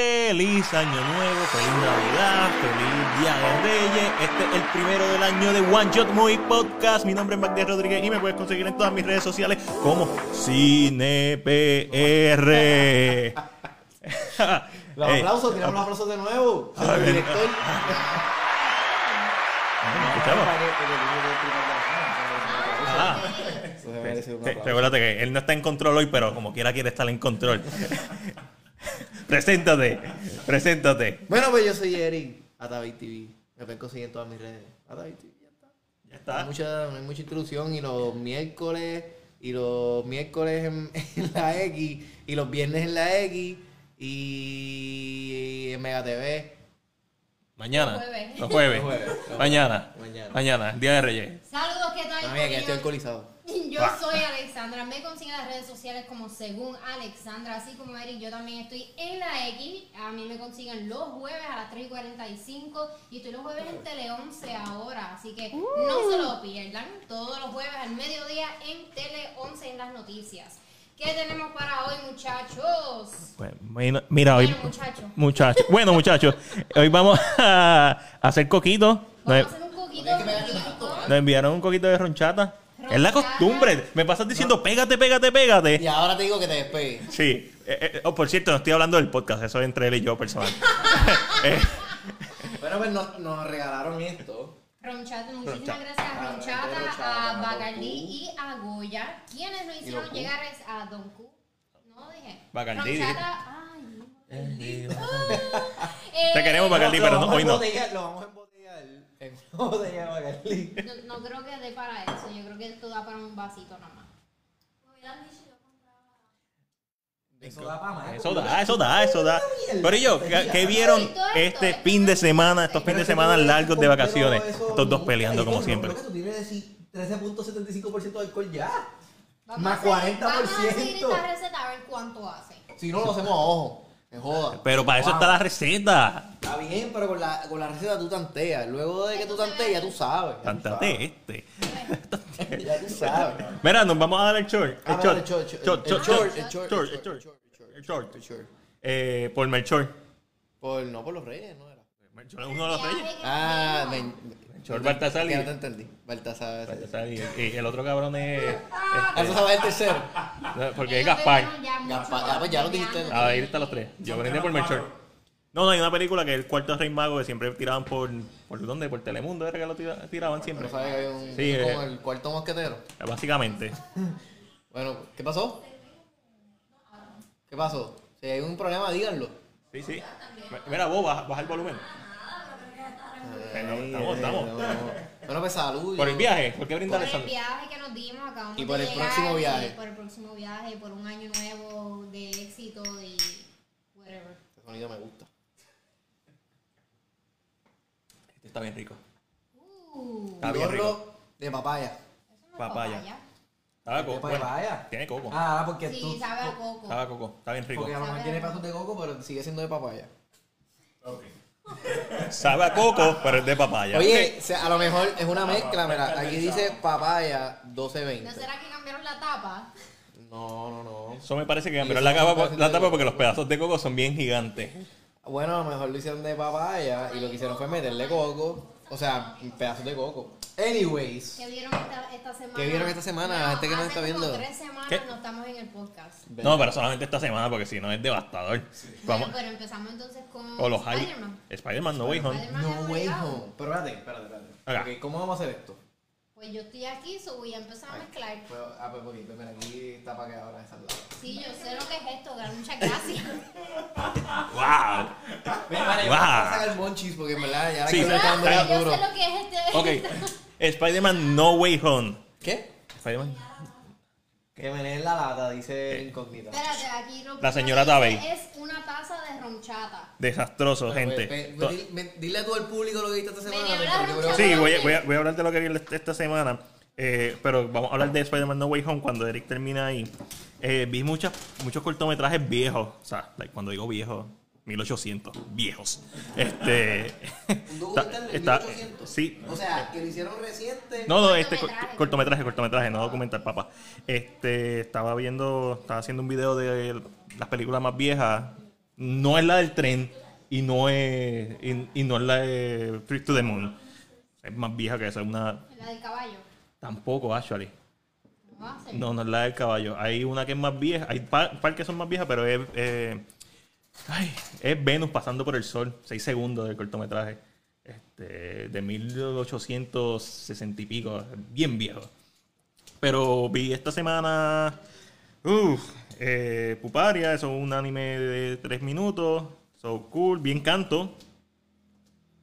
Feliz año nuevo, feliz Navidad, feliz Día de Reyes. Este es el primero del año de One Shot Movie Podcast. Mi nombre es Magdiel Rodríguez y me puedes conseguir en todas mis redes sociales como CinePR. Los Ey, Ah, aplausos, tiramos los aplausos de nuevo. Señor director. ¿Escuchamos? Ah. Eso se merece un Sí, aplauso. recuérdate que él no está en control hoy, pero como quiera quiere estar en control. preséntate, preséntate. Bueno, pues yo soy Eric, Atavik TV. Me pueden conseguir en todas mis redes. Atavik TV, ya está. Ya No hay está. mucha, no hay mucha instrucción y los miércoles y los miércoles en, en la X y los viernes en la X y en Mega TV. Mañana. Los jueves. Los jueves. Los jueves, los jueves. Mañana. Mañana. Mañana, Día de Reyes. Saludos, ¿qué tal? No, mira, que ya estoy corillo? alcoholizado. Yo Va. soy Alexandra. Me consiguen en las redes sociales como según Alexandra, así como Eric. Yo también estoy en la X. A mí me consiguen los jueves a las 3 y 45. Y estoy los jueves en Tele 11 ahora. Así que no se lo pierdan. Todos los jueves al mediodía en Tele 11 en las noticias. ¿Qué tenemos para hoy, muchachos? Bueno, mira- mira, hoy. Bueno, muchacho. Muchachos. Bueno, muchachos. Hoy vamos a hacer coquito. Vamos Nos, a hacer un poquito de tiempo. nos enviaron un coquito de ronchata. Es la Ronchata. costumbre. Me pasas diciendo pégate, pégate, pégate. Y ahora te digo que te despegues. Sí. Eh, eh, oh, por cierto, no estoy hablando del podcast. Eso es entre él y yo personal. Bueno, pues nos, nos regalaron esto. Ronchata, muchísimas Ronchata. gracias a Ah, Ronchata, Ronchata, a a Bacardí Don Q. y a Goya. Quienes nos hicieron Don Q. llegar es a Don Q. No dije. Bacardí, dijiste. Ronchata. Ay, no. Eh, Te queremos, Bacardí. Sí, Lo- pero lo no, vamos a hoy no. embotellar- Lo vamos a embotellar en una botella de Bacardí. No, no creo que dé para eso. Yo creo que esto da para un vasito nada más. Eso da pa' más. Eso da, eso da, eso da. Corillo, ¿qué, qué vieron este fin de semana, estos fines de semana largos de vacaciones? Estos dos peleando como siempre. Creo que tú tienes 13.75% de alcohol ya. Vamos Más a seguir- 40%. Vamos a seguir esta receta a ver cuánto hace. Si no, lo hacemos a ojo. Me joda. Pero para eso está la receta. Está bien, pero con la, con la receta tú tanteas. Luego de que tú tanteas, ya tú sabes. ya tú Tántate este. sabes. Ya tú sabes. Mira, nos vamos a dar el short. El Ah, short, vale, short, short, short, el short, short, el short, short, short, el short, short, el short. el short. Eh, Por Melchor. Por, no por los reyes, no era. Melchor es uno de los reyes. Viaje que Ah, me, tenemos. me- Short Baltasar y- Ya te entendí. Baltasar. Ya sabes, Y y el otro cabrón es. Ah, Eso sabe el tercero. no, Porque ellos es Gaspar. bebieron ya mucho, Gaspar, ah, pues ya lo dijiste. bebeando. Ah, ahí están los tres. Yo brindé por Melchor. No, no, hay una película que es el cuarto rey mago que siempre tiraban por. ¿Por dónde? Por Telemundo era que lo tira- tiraban siempre. No sabe que hay un. Sí, es como eh. el cuarto mosquetero. Básicamente. Bueno, ¿qué pasó? ¿Qué pasó? Si hay un problema, díganlo. Sí, sí. Mira, vos baja, baja el volumen. Estamos, estamos. Bueno, pues salud. Eh, Por yo- el viaje, ¿por qué brinda Por el Alessandro? viaje que nos dimos, acabamos Y por de el llegar, próximo y viaje. por el próximo viaje, por un año nuevo de éxito y whatever. Este sonido me gusta. Este está bien rico. Uh, Está bien Gorro rico. de papaya. eso no es Papaya. Estaba ¿De coco. papaya? bueno, tiene coco. Este Ah, porque tú. Sí, sabe a coco. Estaba coco. Está bien rico. Porque a lo mejor tiene pasos de coco, pero sigue siendo de papaya. Sabe a coco, pero es de papaya. Oye, o sea, a lo mejor es una mezcla, mira. Aquí dice papaya 1220. ¿No será que cambiaron la tapa? No, no, no. Eso me parece que cambiaron la, eso no capa- está haciendo la tapa coco. porque los pedazos de coco son bien gigantes. Bueno, a lo mejor lo hicieron de papaya y lo que hicieron fue meterle coco. O sea, pedazos de coco. Anyways. ¿Qué vieron esta, esta semana? ¿Qué vieron esta semana? La gente que nos hace está como viendo. tres semanas ¿Qué? no estamos en el podcast. No, pero solamente esta semana porque si no es devastador. Vamos. Bueno, pero empezamos entonces con O los hay. Spider-Man. Spider-Man No Way Home. Spider-Man es No way obligado. home. Pero espérate, espérate, espérate. Acá. Ok, ¿Cómo vamos a hacer esto? Pues yo estoy aquí, so voy a empezar a mezclar. Pues, ah, pues, porque mira, aquí está para que ahora esa lado. Sí, yo sé lo que es esto, Gar, muchas gracias. ¡Wow! Mira, vale, Guau. yo voy a sacar el monchis porque en verdad ya la Sí, quiero sí, estar está dando yo duro. sé lo que es este. Ok. Spider-Man No Way Home. ¿Qué? Spider-Man. Que meneen la lata, Eh. dice incógnita. Espérate, aquí La lo primero señora que Tabey. dice Es una taza de ronchata. Desastroso, Ve- gente. ve- ve- Pues, di- ve- Dile tú al público lo que viste esta Me semana. dio la porque yo creo- ronchata. Sí, voy a, voy a- voy a hablar de lo que vi esta- esta semana. eh, pero vamos a hablar de Spider-Man No Way Home cuando Eric termina ahí. Eh, vi muchas, muchos cortometrajes viejos. O sea, like, cuando digo viejos, 1800, viejos. Este. Un documental de está- 1800. sí. O sea, que lo hicieron reciente. No, no, este cor- Cortometraje. cortometraje, cortometraje, no documental, papá. Este, estaba viendo, estaba haciendo un video de las películas más viejas. No es la del tren, y no es, y, y no es la de Trip to the Moon. Es más vieja que esa, es una... La del caballo. Tampoco, actually. No va a ser. No, no es la del caballo. Hay una que es más vieja. Hay par, par que son más viejas, pero es. eh, ay, es Venus pasando por el sol. Seis segundos del cortometraje. Este, de 1860 y pico. Bien viejo. Pero vi esta semana. Uf, eh, Puparia, eso es un anime de tres minutos. So cool, bien canto.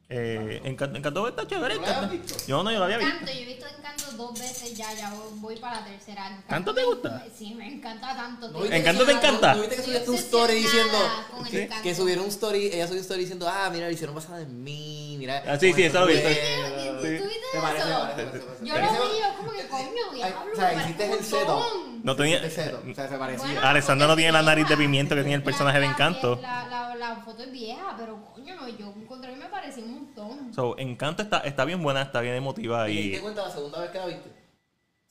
Eh, Encanto, Encanto está chévere. ¿No lo habías Encanto. visto? Yo no, yo lo había visto. Encanto, yo he visto Encanto dos veces ya, ya voy- voy para la tercera. Encanto ¿Tanto te me- gusta? Sí, me encanta tanto. ¿No tío. viste Encanto que- te encanta. ¿No viste que Estoy subiste un obsesionada story diciendo con el ¿Sí? Encanto. que subieron un story, ella subió un story diciendo, "Ah, mira, le hicieron basada en mí, mira." eh, Ah, sí, sí, eso lo vi, eso lo vi. ¿Tú Sí. Me parece, me viste eso? parece, me parece, me parece. Yo Me lo parece- vi, yo como que coño, Ay, diablo. o sea, me hiciste parece el seto. un montón. No tenía. Este cero, o sea, se parecía. Bueno, Alessandra no porque tiene la es nariz de vieja. pimiento que tiene el personaje de La- la- Encanto. La, la- la foto es vieja, pero coño, yo encontré que me parecía un montón. So, Encanto está, está bien buena, está bien emotiva ¿Te y... diste cuenta la segunda vez que la viste? Ah,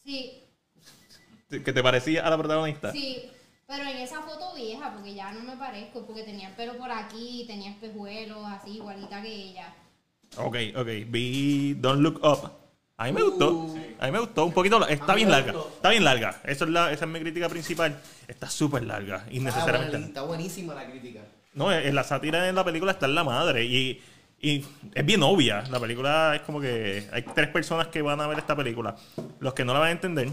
Sí, ¿Que te parecía a la protagonista? sí. Pero en esa foto vieja, porque ya no me parezco, porque tenía el pelo por aquí, tenía espejuelos, así, igualita que ella. Ok, ok. Vi Don't Look Up. A mí me gustó. Uh. A mí me gustó un poquito. la- Está A mí bien me larga. gustó. Está bien larga. Eso es la, esa es mi crítica principal. Está súper larga, Ah, bueno, innecesariamente. está buenísima la crítica. No, en la sátira en la película está en la madre y, y es bien obvia. La película es como que hay tres personas que van a ver esta película. Los que no la van a entender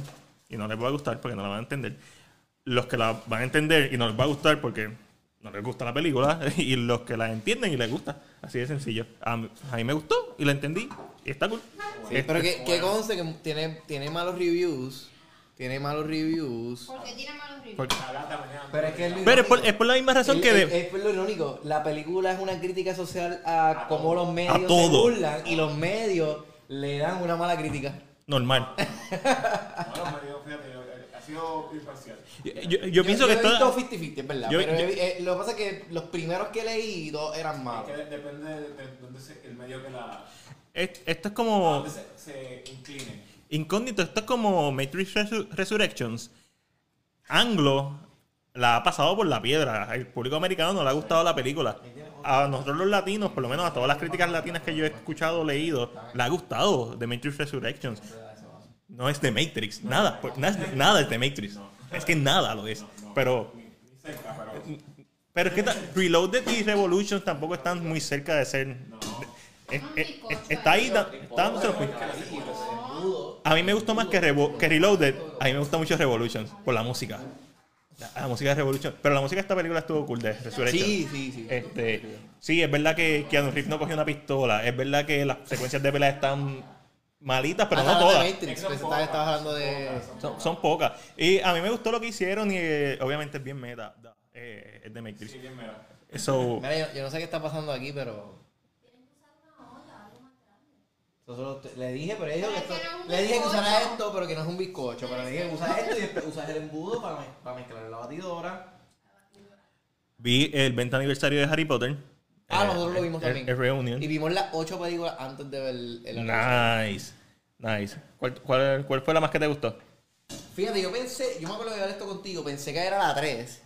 y no les va a gustar porque no la van a entender. Los que la van a entender y no les va a gustar porque no les gusta la película. Y los que la entienden y les gusta. Así de sencillo. A mí, a mí me gustó y la entendí y está cool. Este, Sí, pero que, que conste que tiene, tiene malos reviews. Tiene malos reviews. ¿Por qué tiene malos reviews? Porque- Pero es que es lo pero es por, irónico. es por la misma razón El- que... de- el- Es por lo irónico. La película es una crítica social a, cómo los medios se todo. burlan y los medios le dan una mala crítica. normal. Bueno, me dio, fíjate, yo- eh, ha sido imparcial. Yo, yo- yo pienso que he esto... visto 50-50, es verdad. Yo- pero yo- he- eh, lo que pasa es que los primeros que leí dos eran Es malos. que de- depende de, de dónde se, el medio que la. es- Esto es como... dónde se, se incline. Incógnito, esto es como Matrix Resu- Resurrections. Anglo la ha pasado por la piedra. Al público americano no le ha gustado la película. A nosotros los latinos, por lo menos a todas las críticas latinas que yo he escuchado o leído, le ha gustado The Matrix Resurrections. No es The Matrix, nada, por- na- nada es The Matrix. Es que nada lo es. Pero, Ni cerca, pero. pero es que ta- Reloaded y Revolutions tampoco están muy cerca de ser. es- es- es- está ahí, da- está dándose los puños. A mí me gustó más que, Revo- que Reloaded. A mí me gusta mucho Revolutions por la música. La, la música de Revolution. Pero la música de esta película estuvo cool de Resurrection. Sí, sí, sí. Este, sí, es verdad que Keanu Reeves no cogió una pistola. Es verdad que las secuencias de pelea están malitas, pero Ah, no de todas. Matrix, pues, estabas estabas hablando de... Son, son pocas. Y a mí me gustó lo que hicieron y eh, obviamente es bien meta. da- eh, es de Matrix. Sí, bien, mira. So, Mira, yo, yo no sé qué está pasando aquí, pero. Eso solo te- le dije, pero ella dijo que esto, Pero es que no es un le dije que usara bizcocho. esto, pero que no es un bizcocho. Pero le dije que usas esto y después usas el embudo para, mez- para mezclar en la batidora. vi el 20 aniversario de Harry Potter. Ah, Eh, nosotros lo vimos el- también. el reunion. Y vimos las ocho películas antes de ver el. el Nice. Nice. ¿Cuál, cuál, cuál fue la más que te gustó? Fíjate, yo pensé, yo me acuerdo de ver esto contigo, pensé que era la 3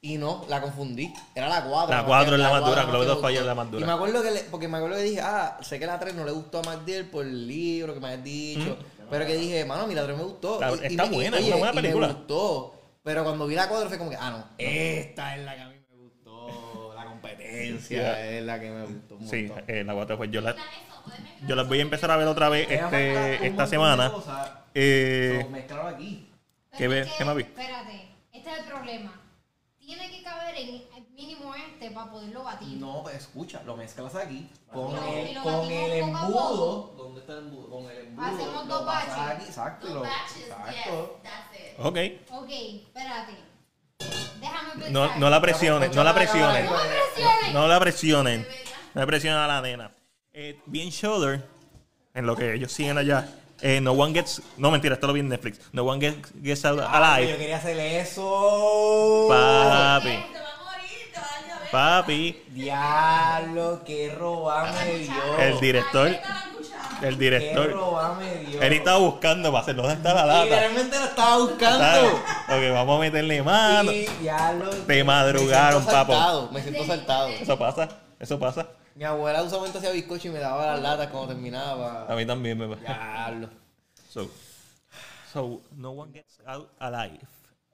y no, la confundí. Era la 4. La cuatro es la más dura, Club de los Fallos es la más dura. Y me acuerdo que le- porque me acuerdo que dije, ah, sé que la 3 no le gustó a MacDill por el libro que me has dicho, pero que dije, mano, mi la 3 me gustó. La- Y- y está me- y- buena, es oye, una buena y me película. gustó, pero cuando vi la 4 fue como que, ah, no, esta es la que a mí me gustó, la competencia Yeah. es la que me gustó un Sí, montón. eh, la guata fue yo la, yo las voy a empezar a ver otra vez Ella mezcla un este, esta montón de semana. cosas, Eh, lo mezclaron aquí. Pero ¿Qué es ve- que, qué más vi? Espérate, este es el problema. Tiene que caber en mínimo este para poderlo batir. No, pues, escucha, lo mezclas aquí con Lo- el, lo con batimos el poco a embudo. ¿Dónde está el embudo? Con el embudo. Hacemos lo dos pasas batches. aquí, Exacto. y lo- exacto. ok, Ok, espérate. Déjame pensar. no, no la presiones, no la presiones. No me presiones. No la presionen. No presionen a la nena. Eh, bien Shoulder, en lo que ellos siguen allá. eh, no one gets. No, mentira, esto lo vi en Netflix. No one gets, gets out Yo alive. quería hacer eso. Papi, Te va a morir, te va a dar papi. Diablo, qué roba me dio. El director. El Qué director. roba me dio. Él estaba buscando para hacerlo. ¿Dónde está la Y lata? Literalmente lo estaba ¿Sabes? buscando. Ok, vamos a meterle mano. Y diablo. Te madrugaron, me siento papo. saltado, Me siento saltado. Eso pasa. Eso pasa. Mi abuela usualmente hacía bizcocho y me daba las latas cuando terminaba. A mí también me pasa. Diablo. So, so, no one gets out alive.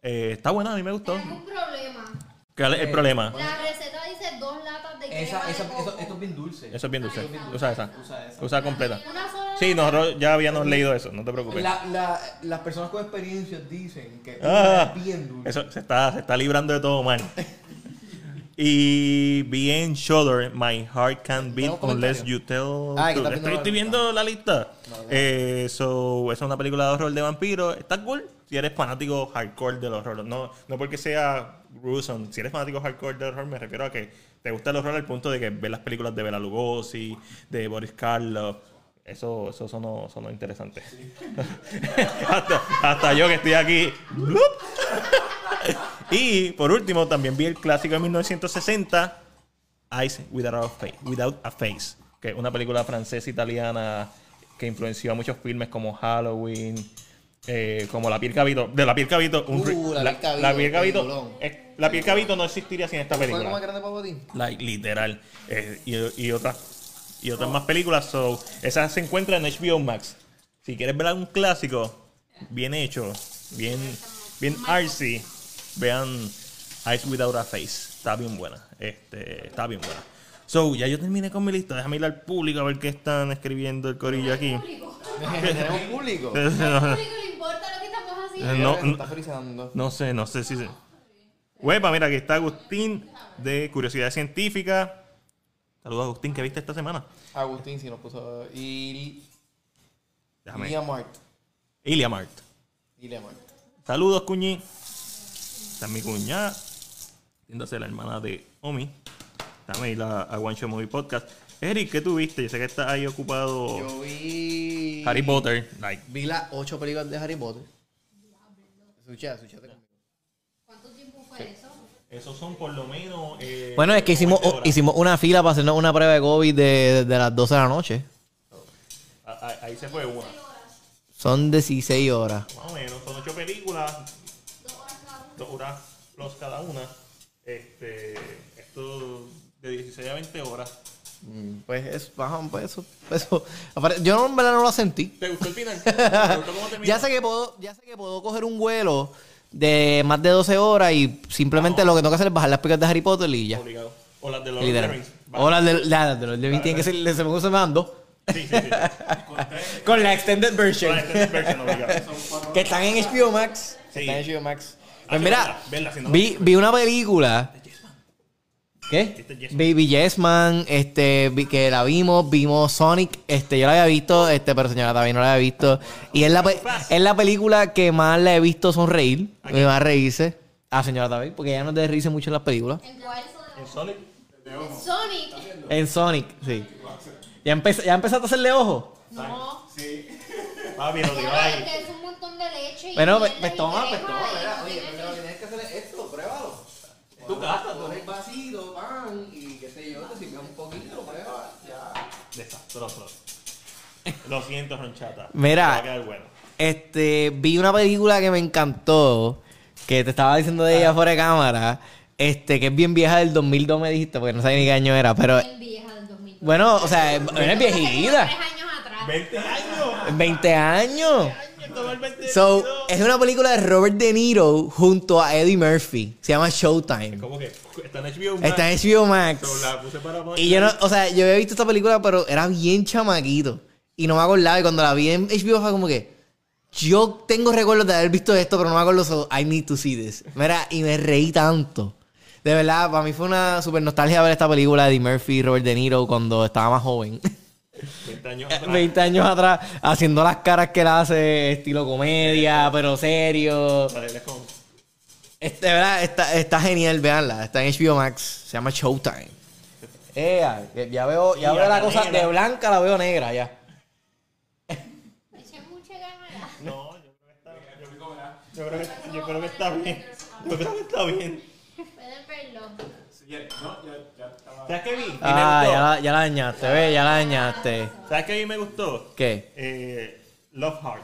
Eh, está buena, a mí me gustó. Algún problema. ¿Cuál es el problema? La receta dice dos latas de crema Esa, esa, de coco. eso, esto es bien dulce. Eso es bien dulce. Usa esa. Usa esa. Usa completa. Una sola Sí, nosotros ya habíamos leído eso, no te preocupes. La- la- las personas con experiencia dicen que Ah, es bien dulce. eso se está, se está librando de todo mal. Y bien Shoulder, My Heart Can't Beat ¿Tenemos Unless comentario? You Tell. Ah, que Truth. está viendo estoy, la estoy lista. viendo la lista. Eh, so, es una película de horror de vampiros. Está cool si eres fanático hardcore del horror. No, no porque sea gruesome. Si eres fanático hardcore del horror, me refiero a que te gusta el horror al punto de que ves las películas de Bela Lugosi, de Boris Karloff. Eso, eso sonó, sonó interesante. hasta, hasta yo que estoy aquí. ¡blup! Y por último, también vi el clásico de 1960, Eyes Without a Face, Without a Face que es una película francesa-italiana que influenció a muchos filmes como Halloween, eh, como La piel cabito. De La piel cabito, un re- Uh, La piel cabito, La piel cabito, peliculón. es- La piel cabito no existiría sin esta ¿Fue como más película. grande para ti? Like, literal. Eh, y, y otras y otras más películas. So, esa se encuentra en HBO Max. Si quieres ver un clásico bien hecho, bien, bien artsy, vean Eyes Without a Face. Está bien buena. Este, está bien buena. So, ya yo terminé con mi lista. Déjame ir al público a ver qué están escribiendo el corillo aquí. Al público. Tenemos público. Al público le importa lo que estamos haciendo. No, Se no. está frizando. No sé, no sé si se. Huepa, mira, aquí está Agustín de Curiosidad Científica. Saludos, Agustín, ¿qué viste esta semana? Agustín si nos puso. Y Déjame. Ilia Mart. Ilia Mart. Ilia Mart. Saludos, cuñi. Está mi cuñada. Tiendo a ser la hermana de Omi. Dame ir a, a One Show Movie Podcast. Eric, ¿qué tuviste? Yo sé que estás ahí ocupado. Yo vi. Oh. Harry Potter. Like. Vi las ocho películas de Harry Potter. Sucha, suchate conmigo. ¿Cuánto tiempo fue eso? Esos son por lo menos. eh, Bueno, es que hicimos, o- hicimos una fila para hacernos una prueba de COVID de, de las 12 de la noche. Ahí se fue una. Son 16 horas. Más o menos, son ocho películas, dos horas los cada una. Este, esto de 16 a 20 horas. Mm. Pues eso, bajan, pues eso, eso. Apare- Yo no, en verdad no lo sentí. ¿Te gustó el final? ¿Te gustó cómo terminó? Ya sé que puedo, ya sé que puedo coger un vuelo de más de 12 horas y simplemente lo que tengo que hacer es bajar las películas de Harry Potter y ya. Obligado. O las de los Literal. Hola, de, la- de los de mí tienen que ser, se me gustan dando. Sí, sí, sí. este Con tres- Con la extended con version. la extended version, obligado. Que están en HBO Max. Sí. Está en HBO Max. Pues Ah, mira, sí, verla, verla, si no- vi, vi una película. ¿Qué? Este Yes Man. Baby Yes Man, este, vi- que la vimos, vimos Sonic, este, yo la había visto, este, pero señora también no la había visto. Y es la, pe- es la película que más la he visto sonreír, me va a reírse. A señora David, porque ella no te reírse mucho en las películas. ¿En cuál? En Sonic. Sonic. En Sonic, sí. ¿Ya, empe- ya empezaste a hacerle ojo? No. Papi, lo digo Claro, es ahí. que es un montón de leche. y Bueno, mierda pues- pues y toma, crema pues toma, y Espera, no oye, tiene pero lo que tienes que hacer es esto, pruébalo. Tú gastas, Con el vasito, pan, y qué sé yo, te sirve un poquito, prueba, ya. Desastroso. Lo siento, Ronchata. Mira. Te Va a quedar bueno. Este, vi una película que me encantó, que te estaba diciendo de Ah. ella fuera de cámara, este, que es bien vieja del 2002 me dijiste, porque no sabía ni qué año era, pero Bien vieja del 2000. bueno, o sea, es- es Hace como viejita, Tres años atrás. 20 años. 20 años. Esto va al 20 So, años. es una película de Robert De Niro junto a Eddie Murphy, se llama Showtime. Como que está en HBO. Max. Está en HBO So, Max. la puse para poner- Y yo no, o sea, yo había visto esta película, pero era bien chamaquito. Y no me acordaba. Y cuando la vi en HBO fue como que. Yo tengo recuerdos de haber visto esto, pero no me acuerdo. so I need to see this. Mira, y me reí tanto. De verdad, para mí fue una super nostalgia ver esta película de Eddie Murphy y Robert De Niro cuando estaba más joven. 20 años atrás. 20 años atrás, haciendo las caras que él hace, estilo comedia, pero serio. Vale, les con- Este, de verdad, está, está genial, veanla. Está en HBO Max. Se llama Showtime. Ea, ya veo, ya Y veo a la la cosa negra. de blanca, la veo negra ya. Eché mucha gana. No, yo creo que está eh, bien. Yo creo que, yo creo que está bien. Yo creo que está bien. Pueden verlo. Sí, ya, no, ya, ya estaba. ¿Sabes qué vi? Y me Ah, gustó. ya la, ya la dañaste, ve, ya la dañaste. ¿Sabes qué vi? Me gustó. ¿Qué? Eh, Love Heart.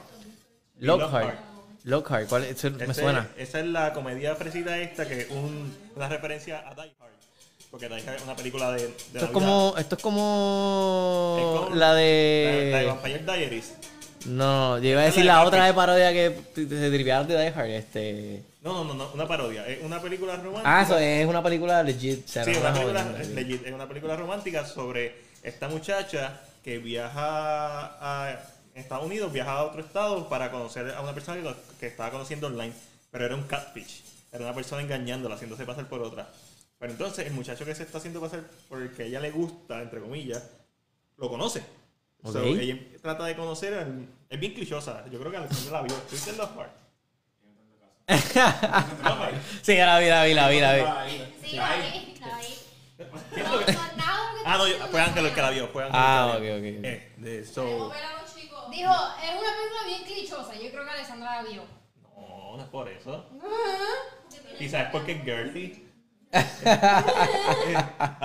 Vi Lockhart. Lockhart, ¿cuál es? Eso me Ese- suena. Esa es la comedia fresita esta que es un- una referencia a Die Hard. Porque te dije una película de. de Esto es Navidad. como. Esto es como. Es como- La La, la de de. Vampire Diaries. No, yo iba a es decir la de la Happy. otra de parodia que t- t- se trivial de Die Hard. Este. No, no, no, no, una parodia. Es una película romántica. Ah, eso es una película legit. se Sí, llama una una película, joven, es sí. legit, es una película romántica sobre esta muchacha que viaja a Estados Unidos, viaja a otro estado para conocer a una persona que, que estaba conociendo online, pero era un catfish. Era una persona engañándola, haciéndose pasar por otra. Pero entonces el muchacho que se está haciendo pasar por el que a ella le gusta, entre comillas, lo conoce. Ok. So, ella trata de conocer, al- es bien clichosa. Yo creo que Alexander la vio. ¿Viste Love Park? Love Park. Sí, ya la vi, la vi, la vi, la vi. Sí, la vi, la vi. ¿Qué es lo que- Ah, no, yo- fue Ángel el que la vio. Fue Ángel Ah, el que la ok, vio. ok, ok. Eh, de- so- Dijo, es una película bien clichosa. Yo creo que Alessandra la vio. No, no es por eso. Quizás es porque es girly. ¿A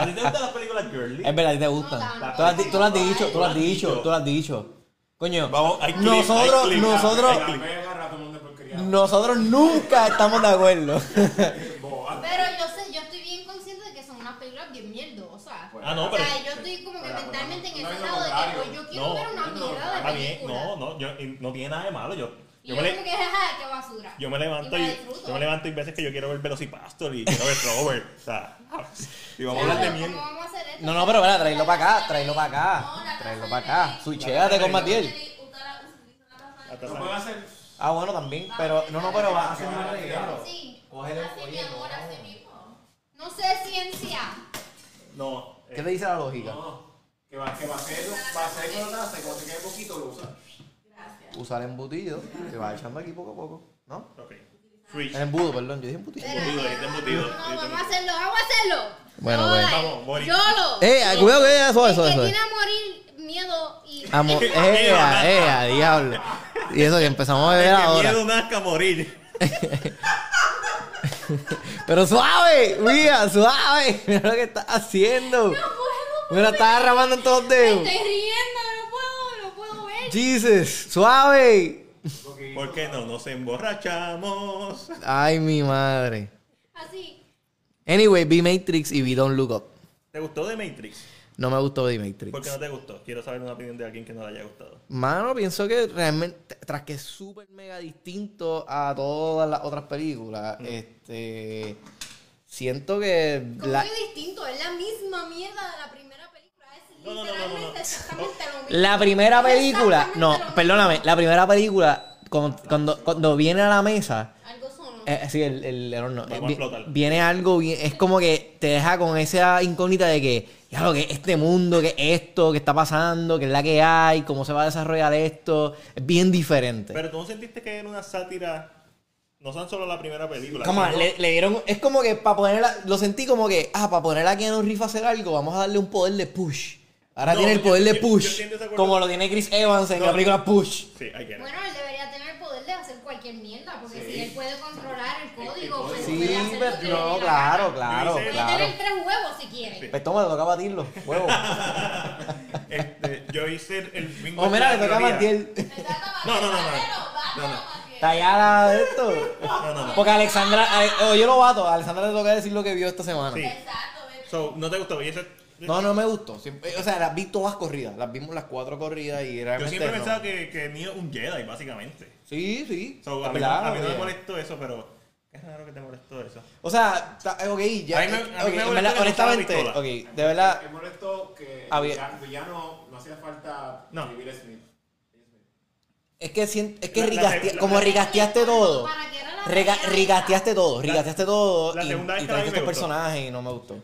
ti te gustan las películas girly? Es verdad, a ti te gustan. No tanto. Tú las di- tú las has dicho, tú las has dicho, tú las has dicho. Coño, Vamos, hay clip, nosotros, hay clip, nosotros, hay clip. nosotros nunca estamos de acuerdo. Oh, ah, Pero yo sé, yo estoy bien consciente de que son unas películas bien mierdosas. Ah, no, o pero. sea, yo estoy como que Pero, mentalmente en no, ese no, estado de que contrario. pues, yo quiero ver una no, mierda está de bien, película. no, no, yo, y no tiene nada de malo. Yo, Y yo, yo, me, como le- que, jaja, qué basura. yo me levanto Y y, me la disfruto. yo me levanto y veces que yo quiero ver Velocipastor y quiero ver Robert. O sea, y vamos a hablar de Claro, ¿cómo mierda. vamos a hacer esto? No, no, pero verdad, tráelo para acá, tráelo para acá, tráelo para acá. Switchéate con Matiel. Hasta Lo sabe. pueden hacer. Ah, Ah, bueno, también, pero no, no, pero va a hacer más reguero. Sí. Cógelo, Así mi oye, amor, no. así mismo. No sé ciencia. No. eh, ¿Qué te dice la lógica? No, que va, que va a ser, va a ser con la taza, y cuando se quede poquito lo usa. Usar embutido, te vas echando aquí poco a poco, ¿no? ok. Free. El embudo, perdón, yo dije embutido. Espera, embutido, espera. este embutido, No, no, este vamos a embutido. hacerlo, vamos a hacerlo. Bueno, Yo, bueno. ay, Vamos, Boris. Yolo. Eh, ay, cuidado que ya, suave, El suave, que suave. tiene a morir miedo y. Amo, ea, ea, diablo. Y eso que empezamos a beber El que ahora. miedo nazca a morir. Pero suave, mira, suave. Mira lo que estás haciendo. No puedo. Mira, estás derramando en todos los Me dedos. estoy riendo, no puedo, no puedo ver. Jesus, suave. ¿Por qué no nos emborrachamos? Ay, mi madre. Así. Anyway, vi Matrix y vi Don't Look Up. ¿Te gustó de Matrix? No me gustó The ¿Por qué Matrix. no te gustó? Quiero saber una opinión de alguien que no le haya gustado. Mano, pienso que realmente, tras que es súper mega distinto a todas las otras películas, Mm. este. Siento que. Como La, que distinto, es la misma mierda de la primera película. Es No, no, no, no, literalmente no, no. exactamente lo mismo. la primera Es película. exactamente No, lo mismo. perdóname. La primera película, cuando, cuando, cuando viene a la mesa. Algo sonoro. Eh, sí, el, el Lerón no. Vamos Eh, a vi- explotar. viene algo bien. Es como que te deja con esa incógnita de que, ya lo que es este mundo, que es esto, que está pasando, que es la que hay, cómo se va a desarrollar esto. Es bien diferente. Pero tú no sentiste que era una sátira, no son solo la primera película. Come on, sino- le, le dieron. Es como que para ponerla. Lo sentí como que, ah, para poner a Keanu Reeves a hacer algo, vamos a darle un poder de push. Ahora No, tiene el yo- poder de yo- yo push. estoy en desacuerdo. como lo tiene Chris Evans en No, la no. película Push. Sí, hay que Bueno, él debería tener el poder de hacer cualquier mierda, porque si él puede controlar el código, pues Sí, puede hacer lo que pero le no, dé la gana. claro, claro, Yo hice- Puede claro. tener tres huevos si quiere. Sí. Pues toma, le toca batirlo. Huevo. Este, yo hice el- el bingo. O Oh, mira, de le toca a teoría. Matiel. No, no, no, no. No, no. Tallada de esto. No, no, no. Porque Alexandra, Ale- o yo lo bato, a Alexandra le toca decir lo que vio esta semana. Sí. So, no te gustó. Y ese- No, no me gustó. Siempre- o sea, las vi todas corridas. Las vimos las cuatro corridas y yo realmente. siempre he no. pensado que, que Neo es un Jedi, básicamente. Sí, sí. So, a, mí, la verdad, a mí no me oye. molestó eso, pero. Qué raro que te molestó eso. O sea, ta- eh, ok, ya. A mí me- a mí me ok, en molestó verdad, que no honestamente, usaba ok, de verdad. Es molesto que Ah, el bien. villano, villano no hacía falta No. vivir Smith. Es que, sien- es que La- la- rigaste- la- como la- rigasteaste todo. Para que era la Rega- realidad. rigasteaste todo, rigasteaste todo. la y, segunda vez y que la traiste vi me estos gustó. personajes y no me gustó.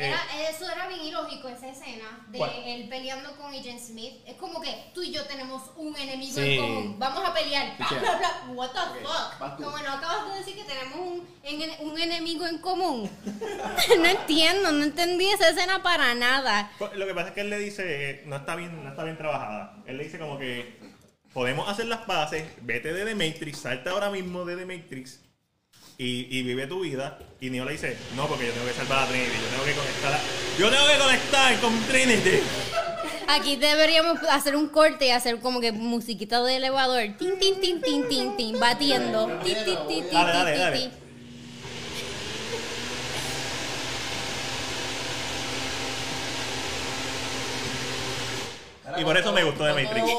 Eh, Era- eso era bien ilógico, esa escena de ¿Cuál? él peleando con Agent Smith. Es como que tú y yo tenemos un enemigo Sí. en común. Vamos a pelear. Bla, Pichea. bla, bla. What the vas fuck? tú. Como no acabas de decir que tenemos un, en- un enemigo en común. no entiendo, no entendí esa escena para nada. Pues, Lo que pasa es que él le dice, eh, no está bien, no está bien trabajada. Él le dice como que podemos hacer las paces, vete de The Matrix, salta ahora mismo de The Matrix y, y vive tu vida. Y Neo le dice, no, porque yo tengo que salvar a Trinity, yo tengo que conectar a- Yo tengo que conectar con Trinity. Aquí deberíamos hacer un corte y hacer como que musiquita de elevador. Tin, tin, tin, tin, tin, tin, batiendo. Tin, tin, tin, Dale, tin, tin, dale, tin, dale. tin. Y por eso me gustó de Matrix. Mira,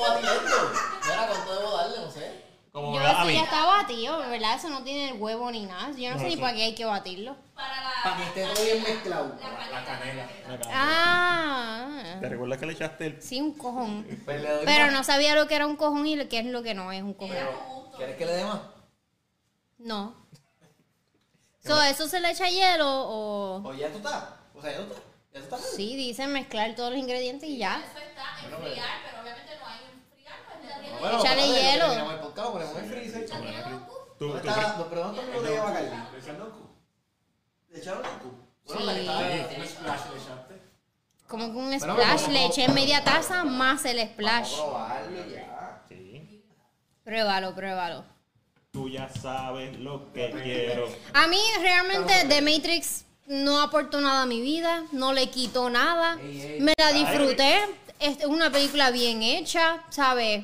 ¿cuánto debo darle? No sé. Como Yo a eso mí. ya está batido, ¿verdad? Eso no tiene el huevo ni nada. Yo no, No, sé ni eso- para qué hay que batirlo. Para que esté todo bien mezclado. La canela. Ah, ¿Te recuerdas que le echaste el sí, un cojón. Pues le doy Pero más. no sabía lo que era un cojón y lo que es lo que no es un cojón. ¿Quieres que le dé más? No. So, ¿Eso se le echa hielo o...? O ya tú estás. O sea, ya tú estás. Ya tú estás. ready. Sí, dicen mezclar todos los ingredientes y ya. pues. Bueno, Échale espérate, hielo. lo que tenemos el podcast, lo ponemos en el freezer. tú- ¿Dónde está? ¿Dónde- pero ¿dónde está el botella de Bacardi? ¿Le echaron loco? ¿Le echaron el cubo? Bueno, la que Sí. Eh, estaba- ¿Un splash le echaste? Como que un Bueno, splash pero- le eché media taza más el splash. Vamos a probarlo ya. Sí. Pruébalo, pruébalo. Tú ya sabes lo que quiero. A mí realmente The Matrix no aportó nada a mi vida, no le quitó nada, me la disfruté, es una película bien hecha, ¿sabes?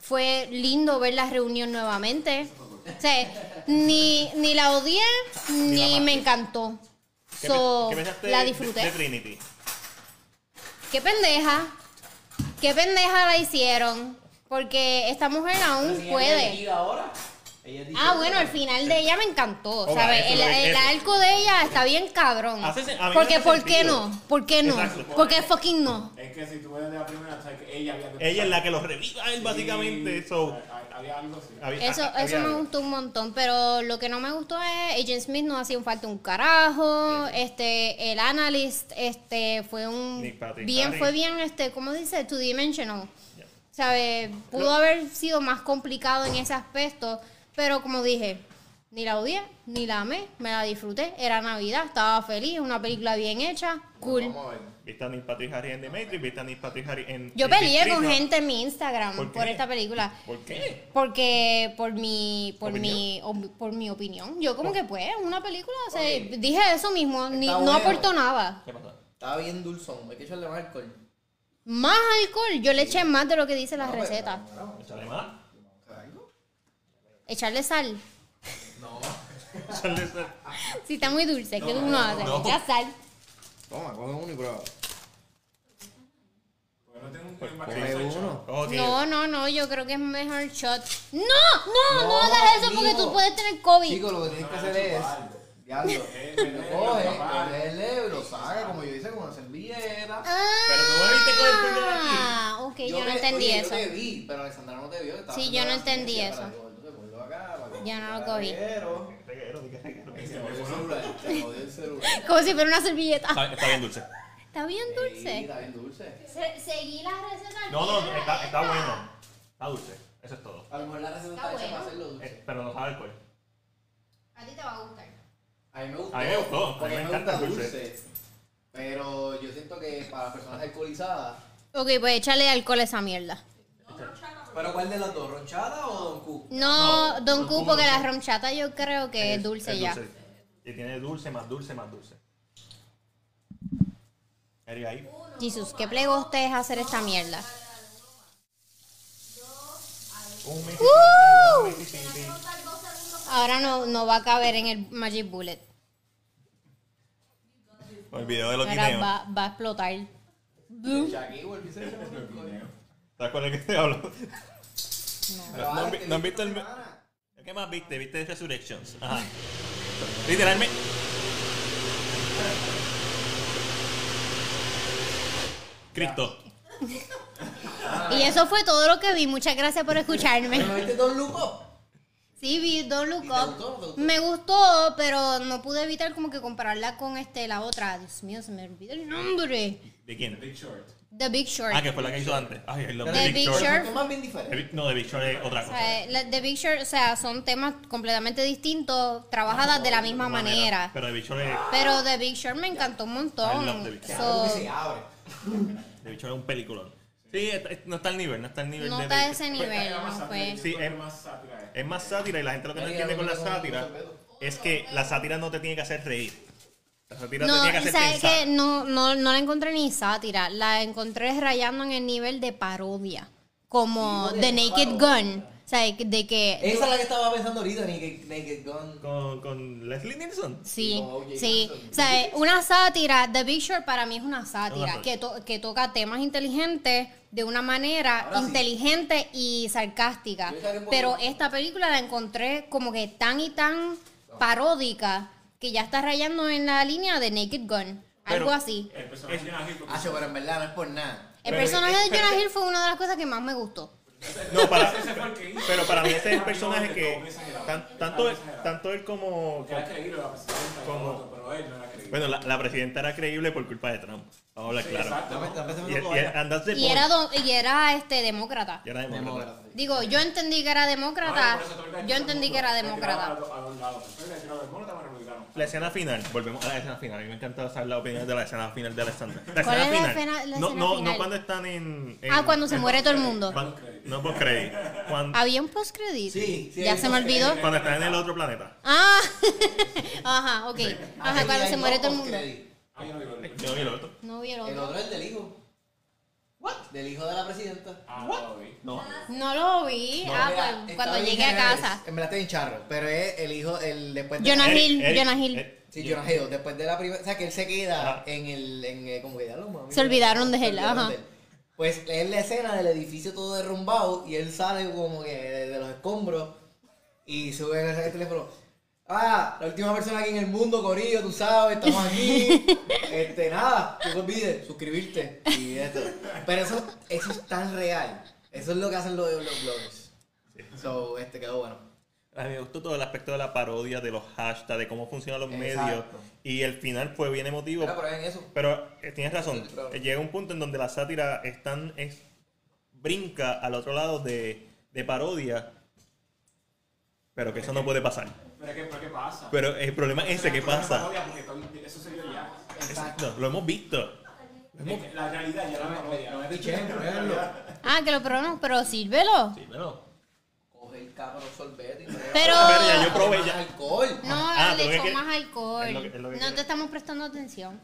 Fue lindo ver la reunión nuevamente. O sea, ni, ni la odié, Ni la ni me amaste. encantó. ¿Qué So, pe- qué pensaste la de- De, disfruté. Trinity. Qué pendeja, qué pendeja la hicieron, porque esta mujer aún Ella es puede. dirigida ahora. Ella es dirigida. Ah, bueno, el final de ella me encantó, Oga, ¿sabes? eso El, lo que- el eso. arco de ella está bien cabrón. Hace sen- a mí Porque, me hace ¿por qué sentido. no? ¿Por qué no? Exacto. Porque fucking no. Es que si tú ves de la primera, sabes que ella había que Ella es la que los reviva él, básicamente. Sí, So, ha- Había algo así. había- Eso, había eso me algo. gustó un montón, pero lo que no me gustó es Agent Smith no hacía un falta un carajo, este, el analyst, este, fue un Nick Patrick bien, Harris. fue bien, este, ¿cómo dice? Two dimensional. Yeah. ¿Sabes? eh, Pudo haber sido más complicado en ese aspecto, pero como dije, ni la odié, ni la amé, me la disfruté, era Navidad, estaba feliz, una película bien hecha, cool. Vamos a ver. Viste a Neil Patrick Harris en The Matrix, viste a Neil Patrick Harris en. Yo en peleé Distrito. con gente en mi Instagram ¿Por por, qué? esta película. ¿Por qué? Porque por mi por ¿Opinión? mi op- por mi opinión, yo como que pues una película, o sea, dije eso mismo, ni- Está no bueno. aportó nada. ¿Qué pasó? Estaba bien dulzón. Hay que echarle más alcohol. Más alcohol, yo le eché más de lo que dice la receta. Échale más. Echarle sal. Échale ese- Si está muy dulce, ¿qué uno hace? Echa sal. Toma, coge uno y prueba. Porque no tengo Pues un Coge uno. Ok. No, no, no, yo creo que es mejor shot. ¡No! ¡No! ¡No, No, hagas eso porque mijo. tú puedes tener COVID! Chico, lo que tienes que hacer es. Diablo. eh, Lo coge, coge el y lo saca, como yo hice con la servilleta. Pero tú me viste con el puño aquí. Ah, ok, yo, no te- entendí oye, eso. Yo te vi, pero Alexandra no te vio. estaba Sí, haciendo yo no la entendí ciencia eso. para que gordo se vuelva acá, para que Ya no lo para cogí. reguero. Reguero, di que reguero. este Se jodió el celular, se jodió el celular. Como si fuera una servilleta. Ah, Está está bien dulce. Está bien Sí, dulce. está bien dulce. Se- seguí la receta. No, que no, era está, está esa. bueno. Está dulce. Eso es todo. A lo mejor la receta está, Está hecha para bueno. hacerlo dulce. Eh, Pero no sabe alcohol. A ti te va a gustar. A mí me gustó. A mí me gustó, a mí Porque me me encanta gusta el dulce. dulce. Pero yo siento que para personas alcoholizadas. Ok, pues échale alcohol a esa mierda. ¿Pero cuál de las dos? ¿Ronchada o Don Q? No, No, Don no, Q, no, porque no. la romchata yo creo que es, dulce ya. Y tiene dulce, más dulce, más dulce. Eric, ahí. Jesús, qué plegos te es hacer esta mierda. Un Mississippi, ¡Uh! dos Mississippi. Ahora no, no va a caber en el Magic Bullet. O el video de los Ahora guineos. va, va a explotar. Blue. Jackie, volví a ser alcohol. ¿Sabes cuál es que te hablo? Pero ¿No, ahora han vi- te no han vi visto el.? esta me- semana. ¿Qué más viste? ¿Viste Resurrections? Ajá. Literalmente. Cristo. Y eso fue todo lo que vi. Muchas gracias por ¿Pero no escucharme. viste Don Luco? Sí, vi Don ¿Y Look te Up. gustó? ¿Te gustó? Me gustó, pero no pude evitar como que compararla con este la otra. Dios mío, se me olvidó el nombre. ¿De quién? Big Short. The Big Short. Ah, que fue la que hizo antes. Ay, I love The The Big Big Short. Short. Es más bien diferente. The Big- No, The Big Short es otra O cosa. sea, la- The Big Short, o sea, son temas completamente distintos, trabajadas de la misma manera. Pero The Big Short es, Pero The Big Short me encantó un I love The montón. Big Que Short. algo So, que se abre. The Big Short es un peliculón. Sí, está- es- no está al nivel, no está al nivel no de está The a Big ese Short. nivel, pues. Era más no sátira, fue. yo Sí, em- creo que es- más sátira esta. Es más sátira y la gente lo que no Mira, entiende con la mira, mira, sátira mira, mira. es que la sátira no te tiene que hacer reír. La sátira te No, tiene que y hacer sabes que pensar. no, no, no la encontré ni sátira, la encontré rayando en el nivel de parodia, como Sí, The de Naked parodia. Gun. O sea, de que- de que... Esa es la que estaba pensando ahorita, Naked, Naked Gun. Con, con Leslie Nielsen. Sí, Como O.J. sí. Simpson. O sea, eh, una sátira, The Big Short para mí es una sátira Una que, to- que toca temas inteligentes de una manera Ahora sí. inteligente y sarcástica. Yo estaré un poco- Pero esta película la encontré como que tan y tan paródica que ya está rayando en la línea de Naked Gun. Algo Pero- así. El personaje de Jonah Hill, porque- Hacho, pero en verdad no es por nada. El pero- personaje de Jonah Hill fue una de las cosas que más me gustó. No, para, Ese fue el que hizo. pero para mí ese es el personaje que Muy exagerado. tan- tanto, él- tanto él como... Era creíble la presidenta, el Como- Pues, voto, pero él no era creíble. Bueno, la, la presidenta era creíble por culpa de Trump. Vamos a hablar claro. Exacto. Y, y- and that's the Y point. era, do- y era este demócrata. Y era demócrata. Digo, yo entendí que era demócrata. Por eso todo el mundo- Yo entendí que era demócrata. A los lados. Entonces le tiraron al demócrata, pero republicano. La escena final, volvemos a la escena final. A mí me encanta saber la opinión de la escena final de Alexandra. La ¿Cuál escena es la final. escena- la no, escena no, final? no cuando están en. en- Ah, cuando se en- muere todo el mundo. cuando- no post credit. Cuando, Había un postcrédito. Sí, sí, ya hay se me postcrédito. olvidó. cuando están en el otro planeta. Ah, ajá, ok. Ajá, cuando se muere todo el mundo. Ah, yo no digo el- Yo vi el otro. No vi el El otro. otro es el del hijo. ¿What? Del hijo de la presidenta. Ah, no lo vi. No. No lo vi. No, mira, ah, pues está cuando bien llegué a general. casa. En verdad está en charro, pero es el hijo, el después de... Jonah Eric, Hill, Eric, Jonah Hill. Eric. Sí, Jonah Hill, después de la primera... O sea, que él se queda Ajá. en el... En, eh, como que ya lo mami. Se olvidaron de él, Se olvidaron ajá. de él. Pues es la escena del edificio todo derrumbado y él sale como que de, de los escombros y sube en el teléfono. Ah, la última persona aquí en el mundo, Corillo, tú sabes, estamos aquí. este, nada, no te olvides, suscribirte y esto. Pero eso, eso es tan real. Eso es lo que hacen los, los bloggers. So, este quedó bueno. A mí me gustó todo el aspecto de la parodia, de los hashtags, de cómo funcionan los Exacto. medios. Y el final fue bien emotivo. Era, pero en eso. Pero eh, tienes razón. Eh, Llega un punto en donde la sátira es tan- es- brinca al otro lado de, de parodia. Pero que eso no puede pasar. Pero es que- pero es que pasa. Pero el problema es ese que Pero es una pasa. parodia, porque todo- Eso se dio ya. Exacto, lo hemos visto. Es que La realidad ya la parodia. No me piché, pruébenlo. Ah, que lo probamos, pero sírvelo. Sí, pero. Coge el cabrón sorbete y pruébalo. Pero- Pero ya yo probé Más ya. alcohol. No, Ah, le pero es echó que- más es lo que- es lo que alcohol. No quiero. te estamos prestando atención.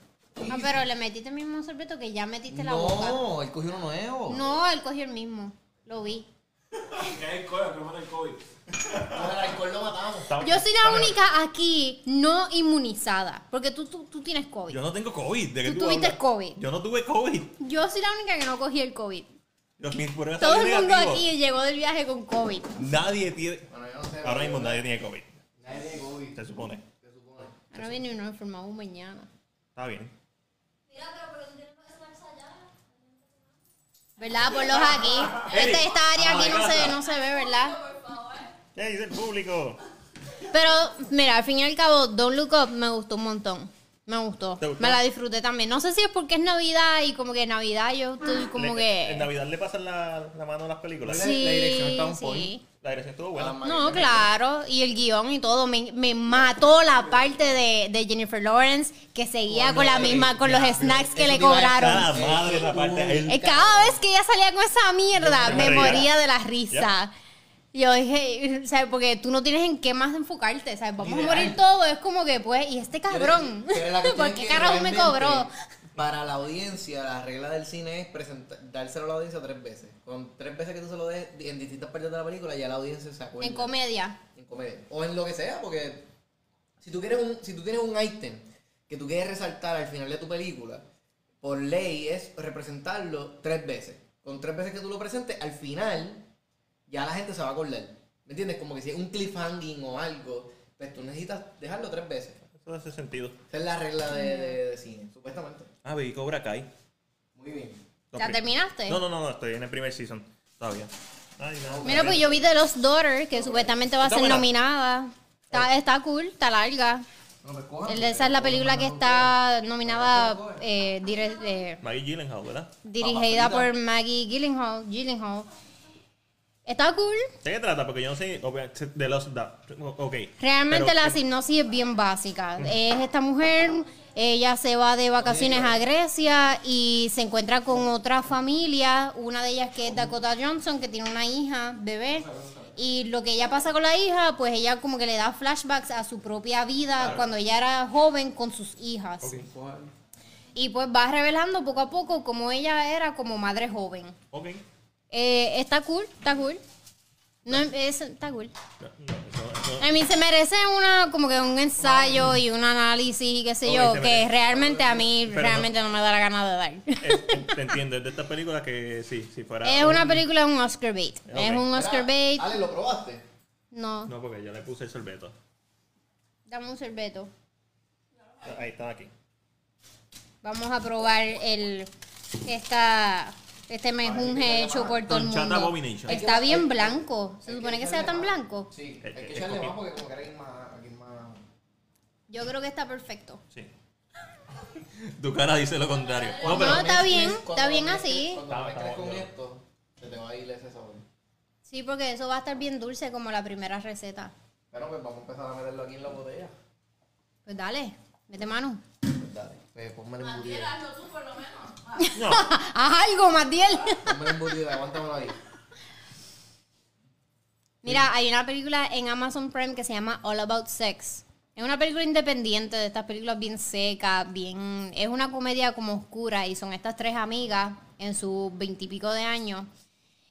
Ah, pero le metiste el mismo sorbeto que ya metiste la boca. No, él cogió uno nuevo. No, él cogió el mismo. Lo vi. Ya es el COVID, el problema del COVID. Con el alcohol lo matamos. Está- Yo soy está la mejor. única aquí no inmunizada. Porque tú, tú, tú tienes COVID. Yo no tengo COVID. ¿de qué Tú tuviste hablas? COVID. Yo no tuve COVID. Yo soy la única que no cogí el COVID. Los mis pruebas Todo el salieron mundo negativos. aquí llegó del viaje con COVID. Nadie tiene. Bueno, yo no sé. Ahora pero- mismo nadie tiene COVID. Nadie tiene COVID, Se supone. se supone. Ahora viene uno enfermado mañana. Está bien. ¿Verdad? Por los aquí. Este- esta área aquí no se, no se ve, ¿verdad? ¿Qué dice el público? Pero, mira, al fin y al cabo, Don't Look Up me gustó un montón. Me gustó. ¿Te gustó? Me la disfruté también. No sé si es porque es Navidad y como que Navidad yo estoy Ah. como Le- En que... Navidad le pasan la, la mano a las películas. La- la dirección está on Sí, point. sí. La dirección estuvo A buena. las No, maricas. claro, y el guión y todo. Me, me mató la parte de, de Jennifer Lawrence que seguía con la eh, eh, misma, con los snacks que le cobraron. Cada madre esa parte. Eh, El, Cada vez que ella salía con esa mierda, Yo me me reía. moría de la risa. Yo dije, ¿sabes? Porque tú no tienes en qué más enfocarte, ¿sabes? Vamos a morir todo. Es como que, pues, y este cabrón, Pero la cuestión ¿por es qué que carajo me realmente, cobró? Para la audiencia, la regla del cine es presenta- dárselo a la audiencia tres veces. Con tres veces que tú se lo des en distintas partes de la película, ya la audiencia se acuerda. En comedia. En comedia. O en lo que sea, porque si tú, quieres un, si tú tienes un ítem que tú quieres resaltar al final de tu película, por ley es representarlo tres veces. Con tres veces que tú lo presentes, al final ya la gente se va a acordar. ¿Me entiendes? Como que si es un cliffhanging o algo, pues tú necesitas dejarlo tres veces. eso hace sentido. Esa es la regla de, de- de cine, supuestamente. Ah, vi Cobra Kai. Muy bien. ¿Ya Ok. terminaste? No, no, no, no, estoy en el primer season. Todavía. Ay, no. Mira, pues yo vi The Lost Daughter, que supuestamente va a Está ser buena. nominada. Está, está cool, está larga. No, pues, cojan. El- Esa es la película que está nominada, eh, dire- eh, Maggie Gyllenhaal, ¿verdad? dirigida por Maggie Gyllenhaal. Gyllenhaal. Está cool. ¿De qué trata? Porque yo no sé. obvia- De los. da- Ok. Realmente Pero- la sinopsis es bien básica. Es esta mujer, ella se va de vacaciones a Grecia y se encuentra con otra familia, una de ellas que es Dakota Johnson, que tiene una hija, bebé. Y lo que ella pasa con la hija, pues ella como que le da flashbacks a su propia vida cuando ella era joven con sus hijas. Y pues va revelando poco a poco cómo ella era como madre joven. Ok. Eh, está cool, está cool. No, es, está cool. A mí se merece una, como que un ensayo y un análisis y qué sé Ah. Ok, yo, se que merece. realmente a mí Pero no. realmente no. me da la gana de dar. Eh, ¿Te entiendes? De esta película que sí, si fuera. Es una un- película, es un Oscar bait. mm. Ok. Es un Oscar bait. Ale, ¿lo probaste? No, No, porque yo le puse el sorbeto. dame un sorbeto. Ahí está, aquí. Vamos a probar el esta este mejunje hecho por todo el Conchata mundo. Abomination. Está bien blanco. ¿Se supone que sea tan blanco? Sí. Eh, Hay que eh, echarle cogí. más porque como que alguien más... Alguien más... Yo creo que está perfecto. Sí. tu cara dice lo contrario. No, pero. No, está bien, Cuando está bien lo mezcles- así. Cuando Está- lo mezcles está con bueno. esto, se te va a ir ese sabor. Sí, porque eso va a estar bien dulce como la primera receta. Bueno, pues vamos a empezar a meterlo aquí en la botella. Pues dale, mete mano. Pues dale, pues ponme Ah, el embutido. No, Haz algo, Matiel. Ponme el embutido, aguántamelo ahí. Mira, hay una película en Amazon Prime que se llama All About Sex. Es una película independiente de estas películas bien secas, bien... Es una comedia como oscura y son estas tres amigas en sus veintipico de años.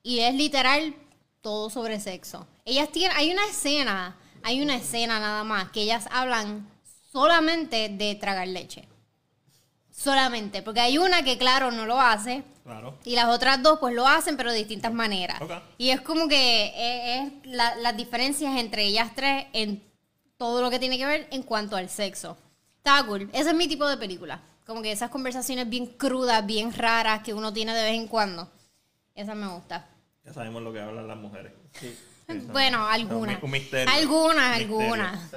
Y es literal todo sobre sexo. Ellas tienen... Hay una escena, hay una escena nada más, que ellas hablan solamente de tragar leche. Solamente. Porque hay una que, claro, no lo hace, claro. y las otras dos pues lo hacen, pero de distintas maneras. Ok. Y es como que eh, es, la- las diferencias entre ellas tres en todo lo que tiene que ver en cuanto al sexo. Está cool. Ese es mi tipo de película. Como que esas conversaciones bien crudas, bien raras que uno tiene de vez en cuando. Esa me gusta. Ya sabemos lo que hablan las mujeres. Bueno, algunas. Un misterio. Algunas, Misterio. algunas.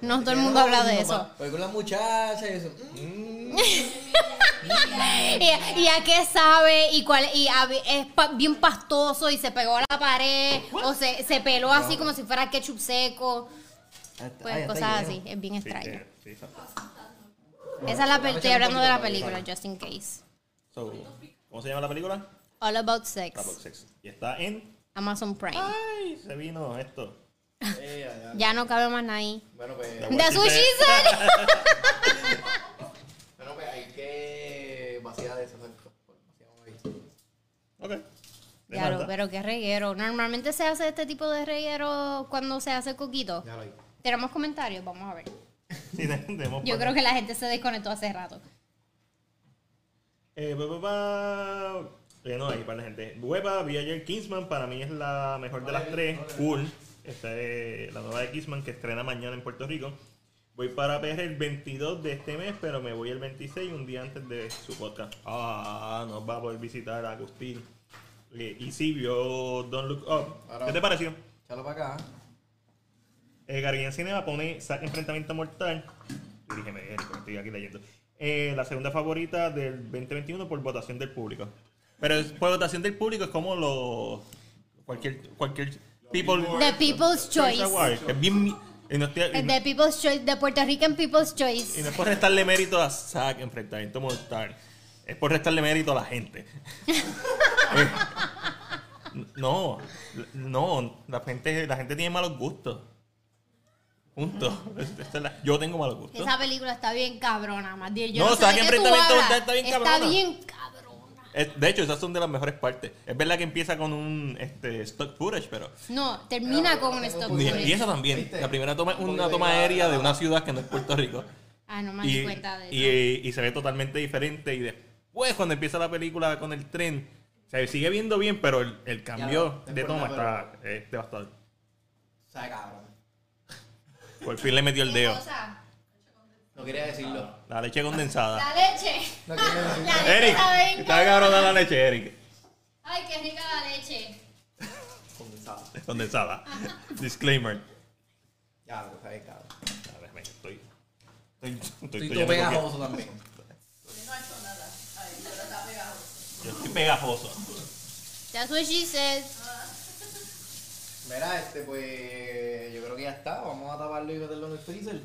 No todo el mundo habla de eso. Pues con las muchachas y eso. Mm. y, y a qué sabe y cuál y a ve- es pa- bien pastoso y se pegó a la pared o se, se peló así como si fuera ketchup seco pues Ay, ya está cosas lleno. así es bien Sí, extraño eh, sí, exacto. esa es la pel- estoy hablando de la película just in case So, ¿Cómo se llama la película? All About Double Sex Sex. Y está en. Amazon Prime Ah. Ay, se vino esto. Eh, ya, ya. ya no cabe más nadie Bueno, pues... that's what she said Bueno, pues hay que vaciar eso, exacto. Vaciamos ahí. Ok. De Diablo, nada. pero qué reguero normalmente se hace este tipo de reguero cuando se hace coquito Déjalo ahí. tenemos comentarios vamos a ver Sí, de- de- hemos yo pasado. creo que la gente se desconectó hace rato Eh, pa, pa, pa. Eh, no, ahí para la gente. Hueva, vi ayer Kingsman, para mí es la mejor de las tres. Cool. Esta es la nueva de Kingsman que estrena mañana en Puerto Rico. Voy para PR el 22 de este mes, pero me voy el 26, un día antes de su podcast. Ah, nos va a poder visitar a Agustín. Eh, y sí, vio Don't Look Up. Claro. ¿Qué te pareció? Échalo para acá. Eh, Garguiñán Cinema pone Zack Enfrentamiento Mortal. Yo dije, "Me- estoy aquí leyendo. Eh, la segunda favorita del 2021 por votación del público. Pero es- por votación del público es como los. Cualquier. cualquier people. The People's Choice Choice. Award. Es bien. Y no, estoy- y no- The People's Choice, The Puerto Rican People's y Choice. no es por restarle mérito a Zack Enfrentamiento Mortal. Es por restarle mérito a la gente. Eh, no. No. La gente, la gente tiene malos gustos. Punto. Este, Esta es la- yo tengo malos gustos. Esa película está bien cabrona, Matilde. Yo No, no, está sé de bien qué tú enfrentamiento, hablas. está- está bien cabrona. bien cabrona. Es- de hecho, esas son de las mejores partes. Es verdad que empieza con un este, stock footage, pero. No, termina con un stop. Y motion. empieza también. ¿Viste? La primera toma es Un una poquito toma de- aérea de una ciudad que no es Puerto Rico. Ah, no me di Y, cuenta de eso. y, y se ve totalmente diferente. Y después, cuando empieza la película con el tren, se sigue viendo bien, pero el, el cambio Ya, de después toma nada, está eh, devastador. Sabe, cabrón. Por fin le metió el dedo. No quería decirlo. La leche condensada. La leche. No quería decirlo. La leche Eric, está bien está cabrona la leche, Eric. Ay, qué rica la leche. Condensado. Condensada. Disclaimer. Ya, lo sabe, cabrón. A ver, me- estoy. Estoy, estoy- Estoy todo estoy yendo con- pegajoso también. Yo estoy pegajoso. That's what she said. Mira, este, pues. Yo creo que ya está. Vamos a taparlo y meterlo en el freezer.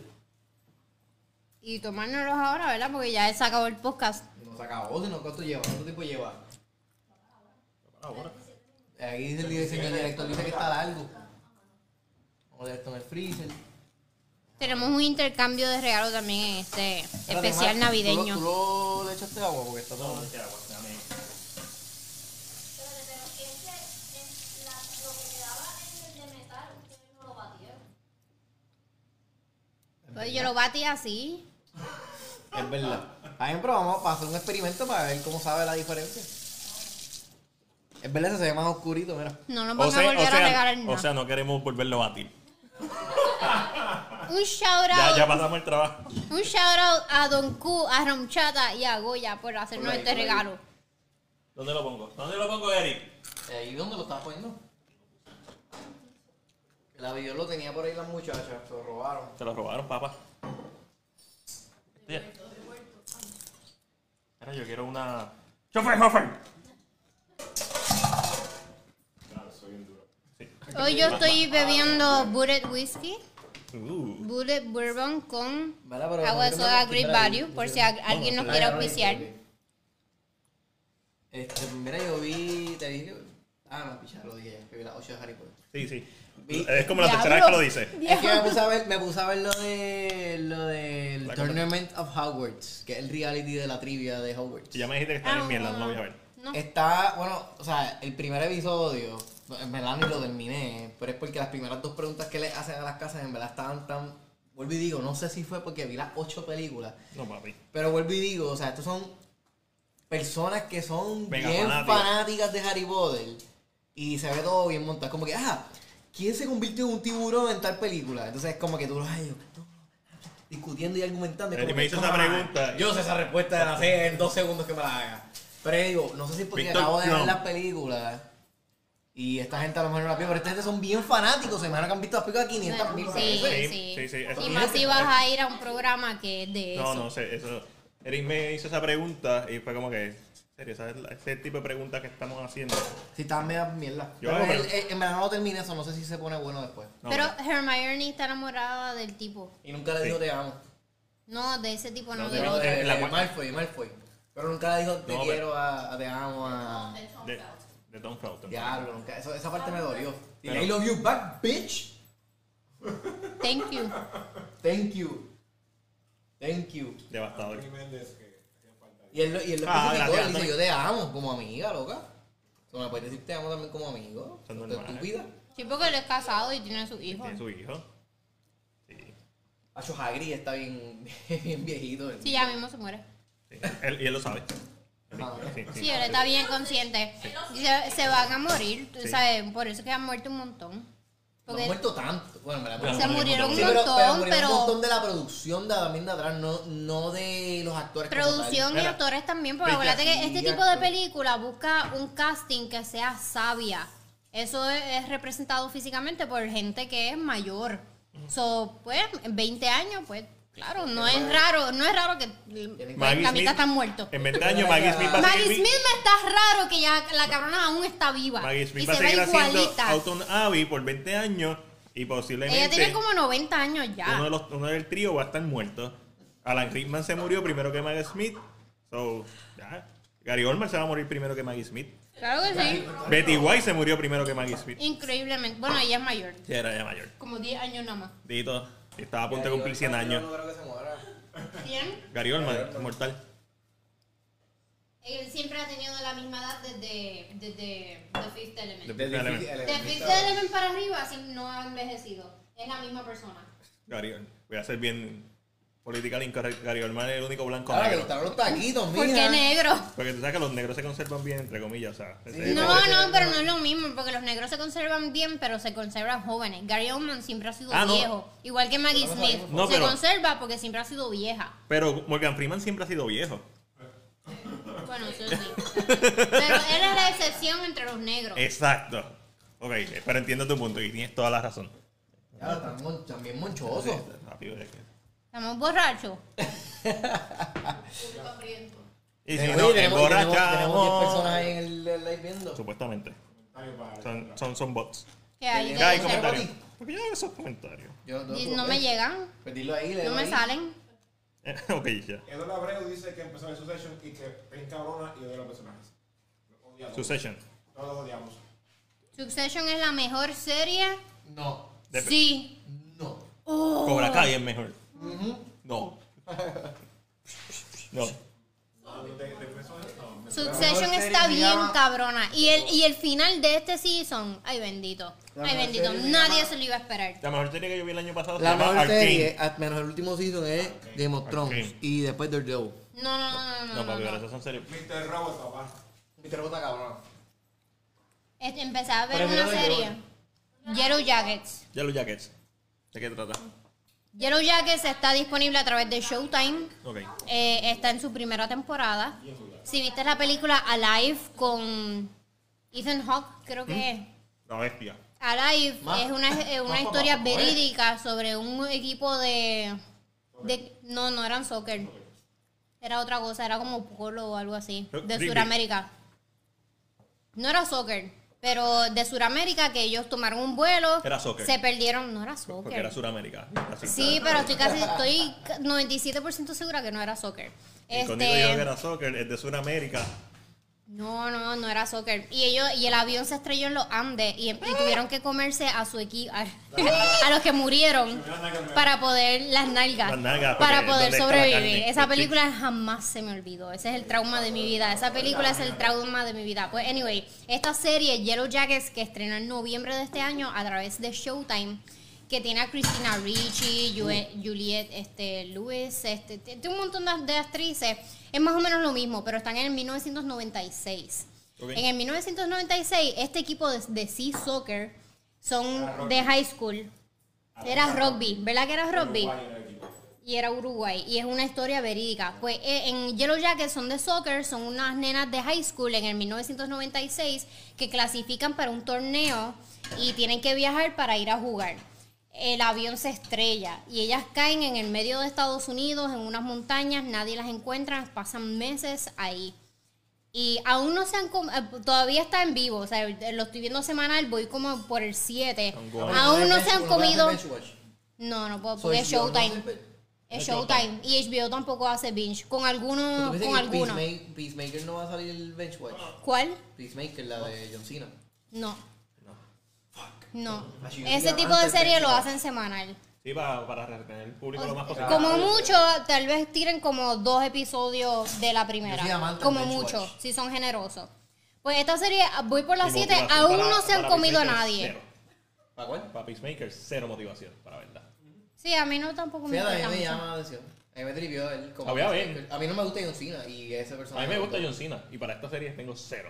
Y tomárnoslos ahora, ¿verdad? Porque ya se acabó el podcast. No se acabó, sino cuánto lleva. ¿Cuánto tiempo lleva? Aquí dice el diseño el director, dice que está largo. Vamos a dejar esto en el freezer. Tenemos un intercambio de regalo también en este Espérate, Mar, especial ¿tú lo- navideño. ¿Tú lo le echaste agua? Porque está todo. Espérate, pero ese, es la, lo que quedaba en el de Oye, Pues yo lo batí así. Es verdad. Ay, pero vamos a hacer un experimento para ver cómo sabe la diferencia. Es verdad, ese se ve más oscurito, mira. No nos van O sea, a volver o sea, a regalar nada. o sea, no queremos volverlo a batir. un shout Ya, out. ya pasamos el trabajo. Un shout out a Don Q, a Romchata y a Goya por hacernos este regalo. ¿Dónde lo pongo? ¿Dónde lo pongo, Eric? Ahí donde Eh, lo estás poniendo. La video lo tenía por ahí las muchachas, se lo robaron. Te lo robaron, papá. Mira, Mira, yo quiero una. ¡Chofer, Hofer! Hoy yo estoy bebiendo Bullet Whiskey, Uh, Bullet Bourbon con Vale, pero agua de no soda quiero Great meter ahí. Value por si a- alguien nos quiere auspiciar. Este, mira, yo vi, te dije que... Ah, no, picha, lo dije ya, que vi las 8 de Harry Potter. sí, sí. Vi- Es como la tercera vez que Diablo. lo dice. Es que me puse a ver, me puse a ver lo de lo del La Tournament of Hogwarts, que es el reality de la trivia de Hogwarts. Si ya me dijiste que está en mierda, no lo voy a ver. No. Está, bueno, o sea, el primer episodio, no, en verdad ni lo terminé, pero es porque las primeras dos preguntas que le hacen a las casas en verdad estaban tan. Vuelvo y digo, no sé si fue porque vi las ocho películas, No, papi. pero vuelvo y digo, o sea, estos son personas que son Mega bien fanáticas. fanáticas de Harry Potter y se ve todo bien montado. Como que, ah, ¿quién se convirtió en un tiburón en tal película? Entonces es como que tú los ay, yo, tú, discutiendo y argumentando. Él como me que, hizo esa "Come on". pregunta. Yo sé esa respuesta de la sé en dos segundos que me la haga. Pero yo digo, no sé si es porque Víctor acabo de ver Krum. las películas. Y esta gente a lo mejor no la vio, pero esta gente son bien fanáticos. Se imagino que han visto las películas 500 mil Bueno, veces. Sí, sí, sí, sí, sí, eso Y tiene más que si vas estar. a ir a un programa que es de No, eso. no sé, eso. Eric me hizo esa pregunta y fue como que. En serio, ¿sabes? Ese tipo de preguntas que estamos haciendo. Si está media mierda. Yo Pero hago, él- pero- él- en verdad no lo terminé eso, no sé si se pone bueno después. No, Pero no. Hermione está enamorada del tipo. Y nunca le dijo Sí. te amo. No, de ese tipo no, No, del de- otro. de- Eh, la eh, cual- Malfoy, Malfoy. Pero nunca le dijo te No, pero- quiero a, a te amo a. De, de Tom Felton. Diablo, nunca. eso- esa parte me dolió. Y Pero- I love you back, bitch. Thank you. Thank you. Thank you. Devastador. Y él, lo- y él lo especificó, Ah, gracias, él dice, Anthony. yo te amo como amiga, loca. Tú me puedes decir te amo también como amigo. Son ¿Tú normales. estúpida? Sí, porque él es casado y tiene su hijo. Tiene su hijo. Sí. Hacho Hagrid está bien, bien viejito. él. Sí, ya mismo se muere. sí. Él- y él lo sabe. Ah, Sí, sí. Sí, él está bien consciente. Se, se van a morir, tú Sí. sabes, por eso que han muerto un montón. No ha Porque muerto tanto. Bueno, me la Claro. se murieron murieron un un Sí, pero, pero montón, murió un pero montón de la producción de también de atrás, no, no de los actores. como tal. producción y pues, Mira. autores también, porque Viste acuérdate que aquí, este tipo de actor. película busca un casting que sea sabia. Eso es, es representado físicamente por gente que es mayor. So, pues, en 20 años, pues, claro, no es raro, no es raro que Maggie la Smith, mitad están muertos. En 20 años, Maggie Smith va a Maggie seguir, Smith me está raro que ya la cabrona aún está viva. Maggie y Smith va a se ve seguir haciendo igualita. Autumn Abbey por 20 años y posiblemente Ella tiene como 90 años ya. uno, de los, uno del trío va a estar muerto. Alan Rickman se murió primero que Maggie Smith. So, ya. Gary Oldman se va a morir primero que Maggie Smith. Claro que sí. Betty White se murió primero que Maggie Smith. Increíblemente. Bueno, ella es mayor. Sí, era ya mayor. Como 10 años nada más. Dito, estaba a punto de cumplir 100 años. No creo que se muera. ¿Bien? Gary Oldman, inmortal. Él siempre ha tenido la misma edad desde, desde The Fifth Element. Desde Element. The Fifth Element para arriba sí, no ha envejecido. Es la misma persona. Gary Oldman. Voy a ser bien políticamente incorrecto. Gary Oldman es el único blanco Ahora le negro. gustaron los taquitos, mija. ¿Por qué negro? Porque tú sabes que los negros se conservan bien, entre comillas. O sea, ese- Sí, No, parece- no, pero no es lo mismo, porque los negros se conservan bien, pero se conservan jóvenes. Gary Oldman siempre ha sido Ah, no. viejo, igual que Maggie Smith. No, se pero- conserva porque siempre ha sido vieja. Pero Morgan Freeman siempre ha sido viejo. Bueno, eso sí. Pero él es la excepción entre los negros. Eh. Exacto. Ok, pero entiendo tu punto y tienes toda la razón. Ya, están, mon- están bien monchosos. Rápido, es que- Estamos borrachos. Y si Oye, no, tenemos, tenemos, tenemos 10 emborrachamos. personas ahí en el, el live viendo. Supuestamente. Son, son, son bots. Que hay Ya Ay, hay de comentario. comentarios. ¿Por qué yo veo esos comentarios? Yo, Y No me llegan, Pues dilo ahí, le no doy me ahí. salen. Eh, ok, ya. Edo Labreu dice que empezó el Succession y que es cabrona y odia a los personajes. Lo odiamos. Succession. Todos los odiamos. Succession es la mejor serie. No, Dep- Sí. no. Cobra Kai es mejor. No. No. Cuando te- te empezó esto, me Succession está bien cabrona. Y el, y el final de este season, ay bendito. Ay bendito, nadie se lo iba a esperar. La mejor serie que yo vi el año pasado La se llama mejor Arcane. serie, ah, a- menos el último season, es Game of Thrones. Arcane. Y después Daredevil. No, no, no, no, No, papi, no. no, pero no. esas son series. Mr. Robot, papá. Mr. Robot está cabrón. Este, Empecé a ver Pero una mira, yo- serie. Yellow Jackets. Yellow Jackets. ¿De qué trata? Yellow Jackets está disponible a través de Showtime. Ok. Eh, está en su primera temporada. Si viste la película Alive con Ethan Hawke, creo ¿Mm? que es. La bestia. Alive Más- es una, eh, una más historia papá, ¿eh? verídica sobre un equipo de, de- No, no eran soccer. Era otra cosa, era como polo o algo así. Eh, De rugby. Sudamérica. No era soccer, pero de Sudamérica que ellos tomaron un vuelo. Era soccer. Se perdieron, no era Porque soccer. era Suramérica. Así Sí, pero estoy casi, estoy 97% segura que no era soccer. Y Cuando yo digo que Este, era soccer, es de Sudamérica. no, no, no era soccer. Y ellos, y el avión se estrelló en los Andes y, y tuvieron que comerse a su equipo, a, a los que murieron para poder las nalgas, Las nalgas, porque para es poder donde está la sobrevivir. carne, Esa el película jamás se me olvidó. Ese es el trauma de mi vida. Esa película es el trauma de mi vida. Pues, anyway, esta serie Yellow Jackets que estrenó en noviembre de este año a través de Showtime, que tiene a Christina Ricci, Jue- Juliette este, Lewis, este, t- tiene un montón de, de actrices. Es más o menos lo mismo, pero están en el 1996. Ok. En el 1996, este equipo de, de Sea Soccer son de high school. Era rugby, ¿verdad que era rugby? Y era Uruguay, y es una historia verídica. Pues eh, en Yellow Jackets son de soccer, son unas nenas de high school en el 1996 que clasifican para un torneo y tienen que viajar para ir a jugar. El avión se estrella y ellas caen en el medio de Estados Unidos, en unas montañas, nadie las encuentra, pasan meses ahí. Y aún no se han... com- eh, Todavía está en vivo, o sea, lo estoy viendo semanal, voy como por el 7. Ongoing. Aún no se han comido... Binge Watch. No, no puedo, So, porque es HBO no Showtime. Mm, hace- Es Showtime. Y HBO tampoco hace binge. Con alguno, ¿Tú con piensas que alguno. Peacemaker, Peacemaker no va a salir el Bench Watch? ¿Cuál? Peacemaker, la de John Cena. No. No. Así que Ese diga, tipo de antes serie del lo show. hacen semanal. Sí, para, para retener el público lo más posible. Como mucho, tal vez tiren como dos episodios de la Yo soy primera. amante Como del Bench mucho, Watch. si son generosos. Pues esta serie, ah, voy por las Y 7, motivación aún para- no se han para comido a Peacemaker, nadie. cero. ¿Para cuál? Para Peacemaker, cero motivación, para verdad. Sí, a mí no tampoco me Fíjate, a importa mí me mucho. llama la atención. A mí me trivió él. como Ah, voy a ver. Peacemaker. A mí no me gusta John Cena y ese A personaje. mí me gusta John John Cena y para esta serie tengo cero.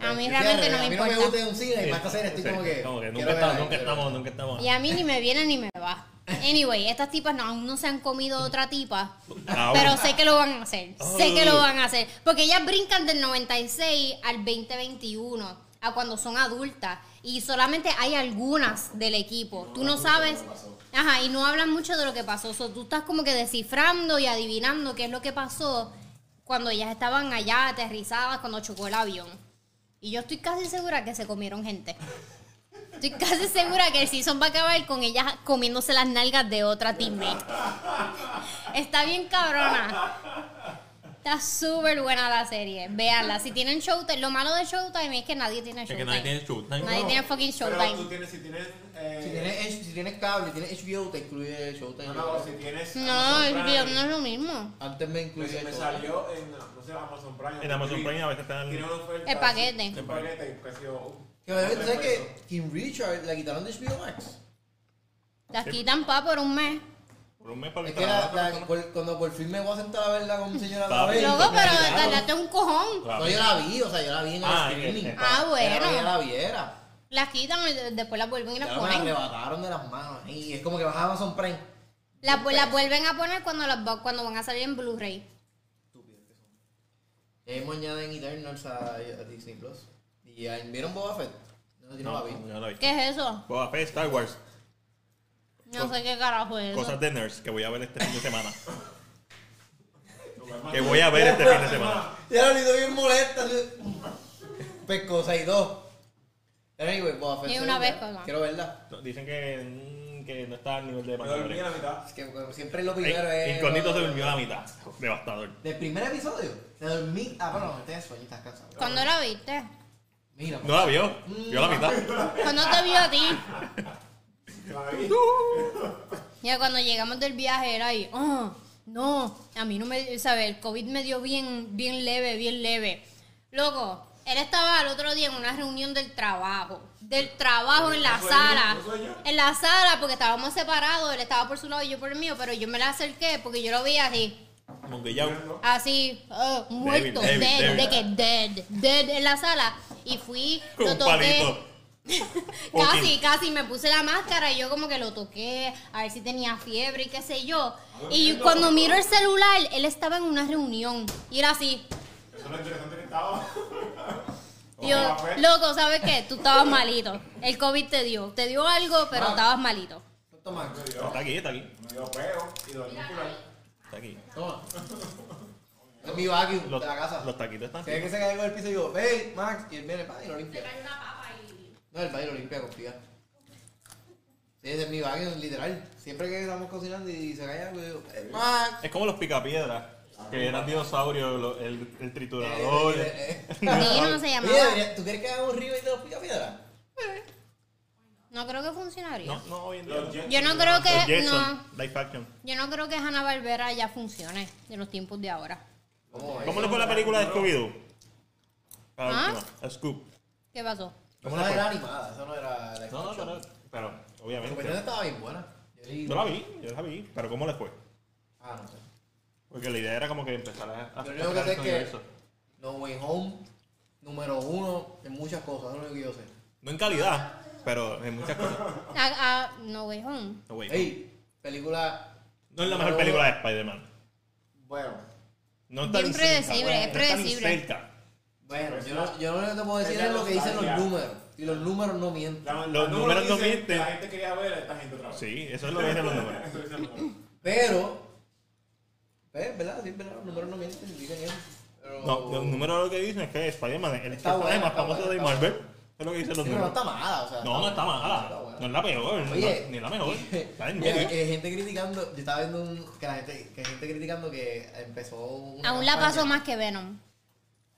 A mí Cena. realmente no me A mí no me importa. gusta John Cena y para esta serie estoy Sí, como que... Como que quiero nunca ver estamos, a nunca él, pero- estamos, nunca estamos. Y a mí ni me viene ni me va. Anyway, estas tipas no, aún no se han comido otra tipa. Aún. Pero sé que lo van a hacer. Oh. Sé que lo van a hacer. Porque ellas brincan del 96 al 2021, a cuando son adultas. Y solamente hay algunas del equipo. Tú no sabes. Ajá, y no hablan mucho de lo que pasó. So, tú estás como que descifrando y adivinando qué es lo que pasó cuando ellas estaban allá aterrizadas, cuando chocó el avión. Y yo estoy casi segura que se comieron gente. Estoy casi segura que el season va a acabar con ellas comiéndose las nalgas de otra teammate. Está bien cabrona. Está súper buena la serie. Veanla. Si tienen Showtime, lo malo de Showtime es que nadie tiene Es que Showtime. nadie tiene Showtime. Nadie tiene fucking Pero tú Showtime. tienes, si tienes. eh, Si tienes, H- si tienes cable, tienes HBO, te incluye Showtime. No, no, si tienes. No, Amazon el Prime, video no es lo mismo. Antes me Me, incluye me salió en, no sé, Amazon Prime. En Amazon Prime a veces Tiene están. una oferta. El paquete. El paquete, que ha sido. Que me ¿sabes que Kim Richard la quitaron de HBO Max. Las quitan pa por un mes. Por un mes para Es que que la- trabaje, la- por- cuando por fin me voy a sentar a verla con mi señora Papi. Tabel, Luego, me pero la quitaron. tardaste un cojón. No, yo la vi, o sea, yo la vi en el Ah, en el- streaming. en- Ah, Era para que bueno. ella la viera. Las quitan y después las vuelven y Ya las me la ponen. arrebataron de las manos. Y es como que vas a Amazon Prime. Las, vu- las vuelven a poner cuando, las, va- cuando van a salir en Blu-ray. Y ahí me añaden Eternals a, a Disney Plus. Y ahí vieron Boba Fett. No, yo no, la vi. No, no la vi. ¿Qué es eso? Boba Fett, Star Wars, No sé qué carajo es eso. cosas de nerds que voy a ver este fin de semana. que voy a ver este fin de semana. Ya lo hizo bien molesta. Pescosa y dos. Pero anyway, Boba Fett. Y se una ve vez, buena. cosa. Quiero verla. No, Dicen que, mm, que no está al nivel de Me dormí en Mandalorian. la mitad. Es que como siempre lo primero Eh, es. Incógnito se durmió la mitad. Devastador. Del primer episodio. Me dormí. Ah, bueno, me tenés sueño, estás cansado. ¿Cuándo la viste? Mira, No la vio, vio la mitad. ¿Cuándo Pues te vio a ti? La vi. Ya cuando llegamos del viaje era ahí. "Ah, No, a mí no me, ¿sabes? El COVID me dio bien, bien leve, bien leve. Loco, él estaba al otro día en una reunión del trabajo. Del trabajo en la ¿No soy yo? sala. ¿No soy yo? En la sala, porque estábamos separados, él estaba por su lado y yo por el mío, pero yo me la acerqué porque yo lo vi así. Monguillao. Así, oh, muerto, débil, dead, débil. de que dead, dead en la sala. Y fui, Con lo un toqué. palito. Casi, Ok. casi me puse la máscara y yo como que lo toqué, a ver si tenía fiebre y qué sé yo. Y cuando miro el celular, él estaba en una reunión y era así. Eso no es interesante que estaba. Y Yo, Ojo, papel. loco, ¿sabes qué? Tú estabas malito. El COVID te dio. Te dio algo, pero estabas malito. pues, Toma, Está aquí, está aquí. Me dio peo y dormí por ahí. Está aquí. toma. Es mi vacuum Los, de la casa. los taquitos están Si aquí. hay que se cae algo del piso, yo, hey, Max, y él viene, pa, y lo limpia. una papa y... No, el padre lo limpia con figa. Sí, ese es mi baño, literal. Siempre que estamos cocinando y se cae algo, yo digo, "Eh, Max. Es como los picapiedras. Que eran dinosaurios, lo- el, el triturador. Ah. Eh, eh, eh. no se Oye, llamaba. debería- ¿tú quieres que haga un río y te lo pica piedra? No creo que eh, funcionaría. No, no, hoy en día. no. Los Yo no creo que... Jason, eh, No, Life Action. yo no creo que Hanna Barbera ya funcione en los tiempos de ahora. ¿Cómo es? ¿Cómo le fue la película de Scooby-Doo? La ¿Ah? última, a Scoop. ¿Qué pasó? Eso ¿Cómo le no fue? era animada, eso no era la No, no, pero, pero La conversación obviamente. estaba bien buena. Yo digo- Yo la vi, yo la vi. Pero ¿cómo le fue? Ah, no sé. Porque la idea era como que empezar a... a Yo lo único que sé es sacar que eso. No Way Home, número uno en muchas cosas, es lo único que yo sé. No en calidad, pero en muchas cosas. A- a- no Way Home. No, wait. Ey, película. No es la mejor película de Spider-Man. Bueno, No está Bien ni cerca, predecible, no está es ni predecible. cerca. bueno, yo, no- yo lo único que te puedo decir es lo que dicen los números. Y los números no mienten. La- Los números no dicen, mienten. La gente quería ver a esta gente otra vez. Sí, eso es lo que dicen los números. Eso dicen los números. Pero, pues, ¿verdad? Sí, ¿verdad? Los números no mienten, dicen eso. Pero, No, los números lo que dicen es que Spider-Man es el Está personaje buena, más está famoso buena, de está Marvel. Eso es lo que dicen Sí, los pero no números. está mala, o sea. No, no está está mala. buena. No es la peor, no- Oye, ni la mejor. Está en Mira, medio. eh, gente criticando, yo estaba viendo un, que la gente, que hay gente criticando que empezó una Aún la campaña. paso más que Venom.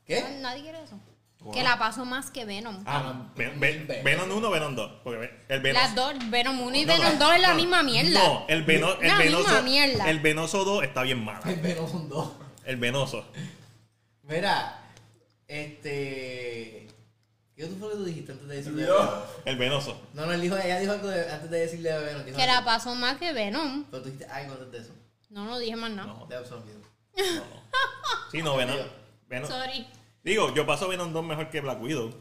¿Qué? Nadie quiere eso. Wow. Que la paso más que Venom. Ah, Ven- Ven- Venom. Venom 1, Venom 2. Porque Ven- el Venom. Las dos, Venom 1 y No, no, Venom 2 es la no, misma mierda. No, el, veno, el La misma venoso. mierda. El venoso 2 está bien mala. El Venom 2. El venoso. Mira, este. ¿Qué tú fue lo que tú dijiste antes de decirle? Yo. El venoso. No, no, él dijo, ella dijo algo de- antes de decirle a Venom. dijo Que la algo. paso más que Venom. Pero tú dijiste algo antes de eso. No, no dije más nada. No. De absorbido. Sí, no, Venom. Dios. Venom. Sorry. Digo, yo paso Venom 2 mejor que Black Widow.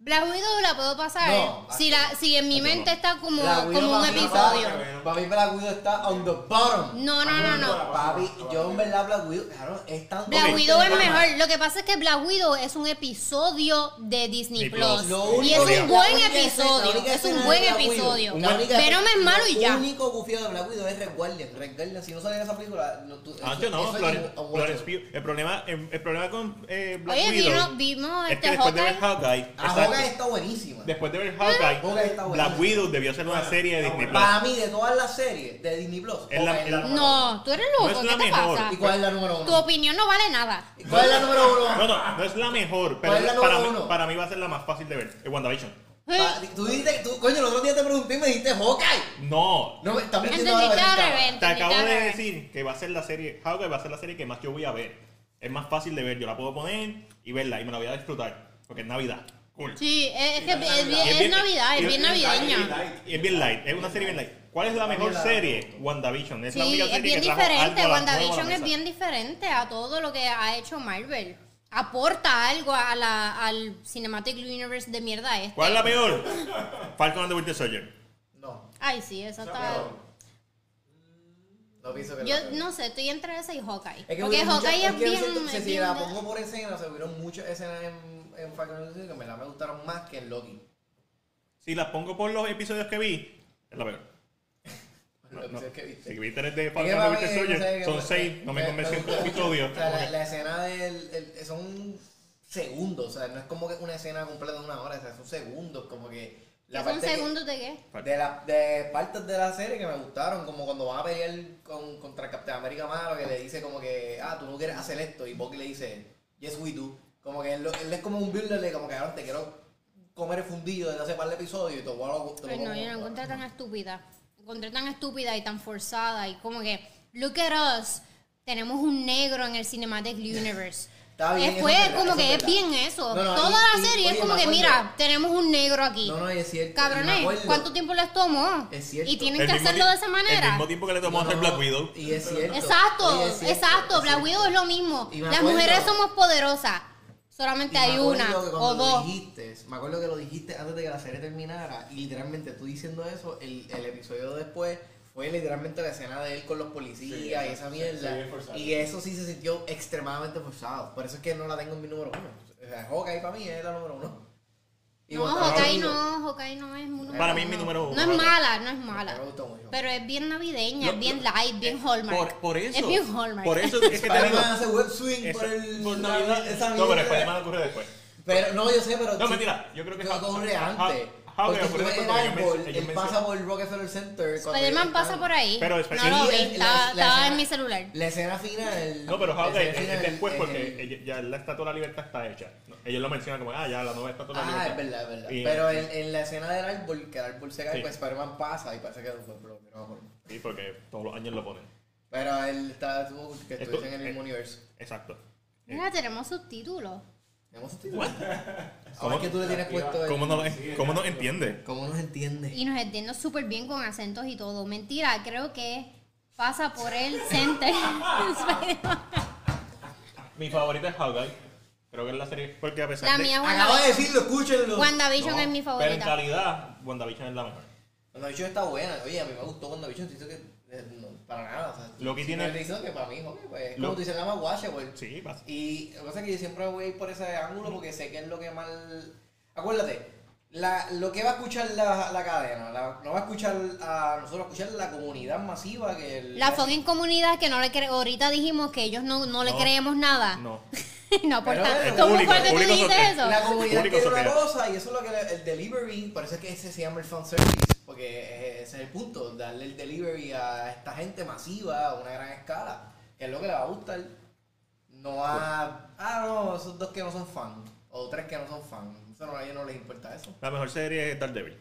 Black Widow la puedo pasar No, si, la, si en mi Otro mente no. está como, La Widow como un para mí episodio. está- Para mí, Black Widow está on the bottom. No, no, no, no. Papi, yo en verdad, Black Widow, claro, es tan. Black Ok. Widow es Vamos. mejor. Lo que pasa es que Black Widow es un episodio de Disney Disney Plus. Plus. Lo Y único es que- un buen la única escena- la episodio. única Es escena un de buen Black Widow, episodio. la única- Venom es malo y ya. Lo único gufiado de Black Widow es Red Guardian. Red Guardian, si no sale en esa película, no, tú, Ah, eso- yo no, eso es Florence, un- un Florence watcher. Pugh. El problema, el, el problema con eh, Black Oye, Widow vino- vimos es que este después de ver Hawkeye. Hawkeye, Ah, exacto, Hawkeye está buenísima. después de ver Hawkeye, Hawkeye está Black buenísimo. Widow debió ser una serie de Disney Plus. Para mí, de todas las series de Disney Plus, Es la- Hawkeye es la- número No, tú eres No es loco. la ¿Qué te mejor. pasa? uno. ¿Y cuál es la número Tu uno? opinión no vale nada. ¿Y cuál es la número uno? Eh. No, no, no es la mejor, pero ¿Cuál es la para, número mí, uno? para mí va a ser la más fácil de ver. Es WandaVision. Pa- tú dijiste, tú, coño, el otro día te pregunté y me dijiste Hawkeye. No, Este No, me estás mintiendo ahora. Entendiste ¿verdad? al revés. te entendiste acabo al de revés. decir que va a ser la serie, Hawkeye va a ser la serie que más yo voy a ver. Es más fácil de ver, yo la puedo poner y verla y me la voy a disfrutar, porque es Navidad. Cool. Sí, es, es que Y la es, bien- Navidad. es Y es bien- y Navidad, es es bien bien navideña. Y es bien light, es una serie bien light. ¿Cuál es la mejor serie? WandaVision. Es la Sí, única serie es bien que trajo algo diferente. a la- nuevo a la WandaVision es mesa. bien diferente a todo lo que ha hecho Marvel. Aporta algo a la, al Cinematic Universe de mierda este. ¿Cuál es la peor? Falcon and the Winter Soldier. No, Ay, sí, esa Ah, está... Mm, no pienso que Yo la veo. no sé, estoy entre esa y Hawkeye. Es que Porque hubieron muchas- Hawkeye es que bien... si- es Si, si bien la de- pongo por escena, se hubieron muchas escenas en, en Falcon and the Winter Soldier que me, la, me gustaron más que en Loki. Si las pongo por los episodios que vi, es la peor. Los No. episodios que viste. Si vi tres de Es que Falcon para and mí, the Winter no sé, Soldier, que son me- seis, no me convenció el gusta mucho. episodio. O sea, la, la escena del. el- son segundos, o sea, no es como que una escena completa de una hora, o sea, son segundos, como que. ¿Qué La son parte que- segundos de qué? de, la, de partes de la serie que me gustaron, como cuando van a pelear con, contra el Capitán América Malo, que le dice como que, ah, tú no quieres hacer esto, y Bucky le dice, yes we do. Como que él, lo- él es como un builderle, como que ahora te quiero comer el fundido desde hace par de episodios y te voy a lo- te lo Ay, Pues no, como". yo la encontré tan estúpida. La Encontré tan estúpida y tan forzada y como que look at us, tenemos un negro en el Cinematic Universe. Está bien, Después, eso es verdad, como eso que es es verdad. bien eso. No, no, Toda y- la y- serie oye, es como me que, acuerdo. mira, tenemos un negro aquí. No, no, y es cierto. y me Cabrones, acuerdo- ¿cuánto tiempo les tomó? Es cierto. Y tienen El que mismo hacerlo ti- de esa El manera. mismo tiempo que le tomó a No, hacer no, Black Widow. Y es cierto. Exacto, Oye, es cierto, exacto. es cierto. Black Widow es lo mismo. Y me Las acuerdo- mujeres somos poderosas. Y Solamente me hay acuerdo una que o cuando lo dos. dijiste, me acuerdo que lo dijiste antes de que la serie terminara y literalmente tú diciendo eso, el, el episodio después fue literalmente la escena de él con los policías Sí, y esa se- mierda. se ve forzado. y eso sí se sintió extremadamente forzado. Por eso es que no la tengo en mi número uno. O sea, Hawkeye para mí es la número uno. Y No, Guantanamo Hawkeye Vivo, no, Hawkeye no es mi número Para mí uno. mi número uno, No es Hawkeye. mala, no es me mala. gustó mucho. Pero es bien navideña, Lo- es bien lo- light, Eh, bien Hallmark. Por, por eso. Es bien Hallmark. Por eso es que te digo. Spider-Man hace web swing Eso- por el. por Navidad. esa no, pero mierda. Spider-Man ocurre después. Pero no, yo sé, pero. No, sí- mentira, yo creo que Lo Hawk- cobre Hawk- antes. Hawk- Porque tú Hawkeye ocurre ves el después porque ellos árbol, menc- él ellos pasa mencionan- por el Rockefeller Center. cuando Spider-Man ellos pasa están- por ahí. Pero no lo Spider-Man- vi, Sí, la- estaba, la estaba escena- en mi Eh. celular. La escena final. No, pero la Hawkeye escena es, es final después es Ah, porque el- ella- ya la Estatua de la Libertad está hecha. No, Ellos lo mencionan como, ah, ya, la nueva Estatua de la Ah, Libertad. es verdad, es verdad. Y- Pero en, en la escena del árbol, que el árbol se cae, Sí. pues Spider-Man pasa y pasa que fue pero no me acuerdo. Sí, porque todos los años lo ponen. Pero él está estuvo- que Esto- estuviese en el mismo eh. universo. Exacto. Mira, tenemos subtítulos. ¿Tenemos un título? Ahora es que tú le tienes ¿Cómo- puesto el. ¿Cómo no, Sí, cómo no exacto. entiende? ¿Cómo nos entiende? Y nos entiendo súper bien con acentos y todo. Mentira, creo que pasa por el center. Spider-Man. Mi favorita es Hawkeye. Creo que es la serie. Porque a pesar la de. mía es Acabo de WandaVision. decirlo, escúchenlo. WandaVision es mi Pero en favorita. calidad, WandaVision es la mejor. WandaVision está buena. Oye, a mí me gustó WandaVision. Siento que eh, no, para nada. O sea, Lo que sí tiene- me dicen que para mí, joder, pues, es Lo- como tú dices, la más guacha, güey. Sí, pasa. Y lo que pasa es que yo siempre voy a ir por ese ángulo porque sé que es lo que más... Acuérdate, la, lo que va a escuchar la, la cadena, la- no va a escuchar a nosotros, va a escuchar la comunidad masiva que... el- La fucking comunidad que no le cre ahorita dijimos que ellos no, no le No. creemos nada. No, No. por Pero tanto, el ¿cómo público, fue que el tú público dijiste se- eso? La comunidad Público quiere una social. cosa y eso es lo que le- el delivery, por eso es que ese se llama el fan service, porque eh, ese es el punto, darle el delivery a esta gente masiva a una gran escala, que es lo que le va a gustar. No a, ah no, esos dos que no son fan, o tres que no son fan, eso no, a ellos no les importa eso. La mejor serie es Daredevil.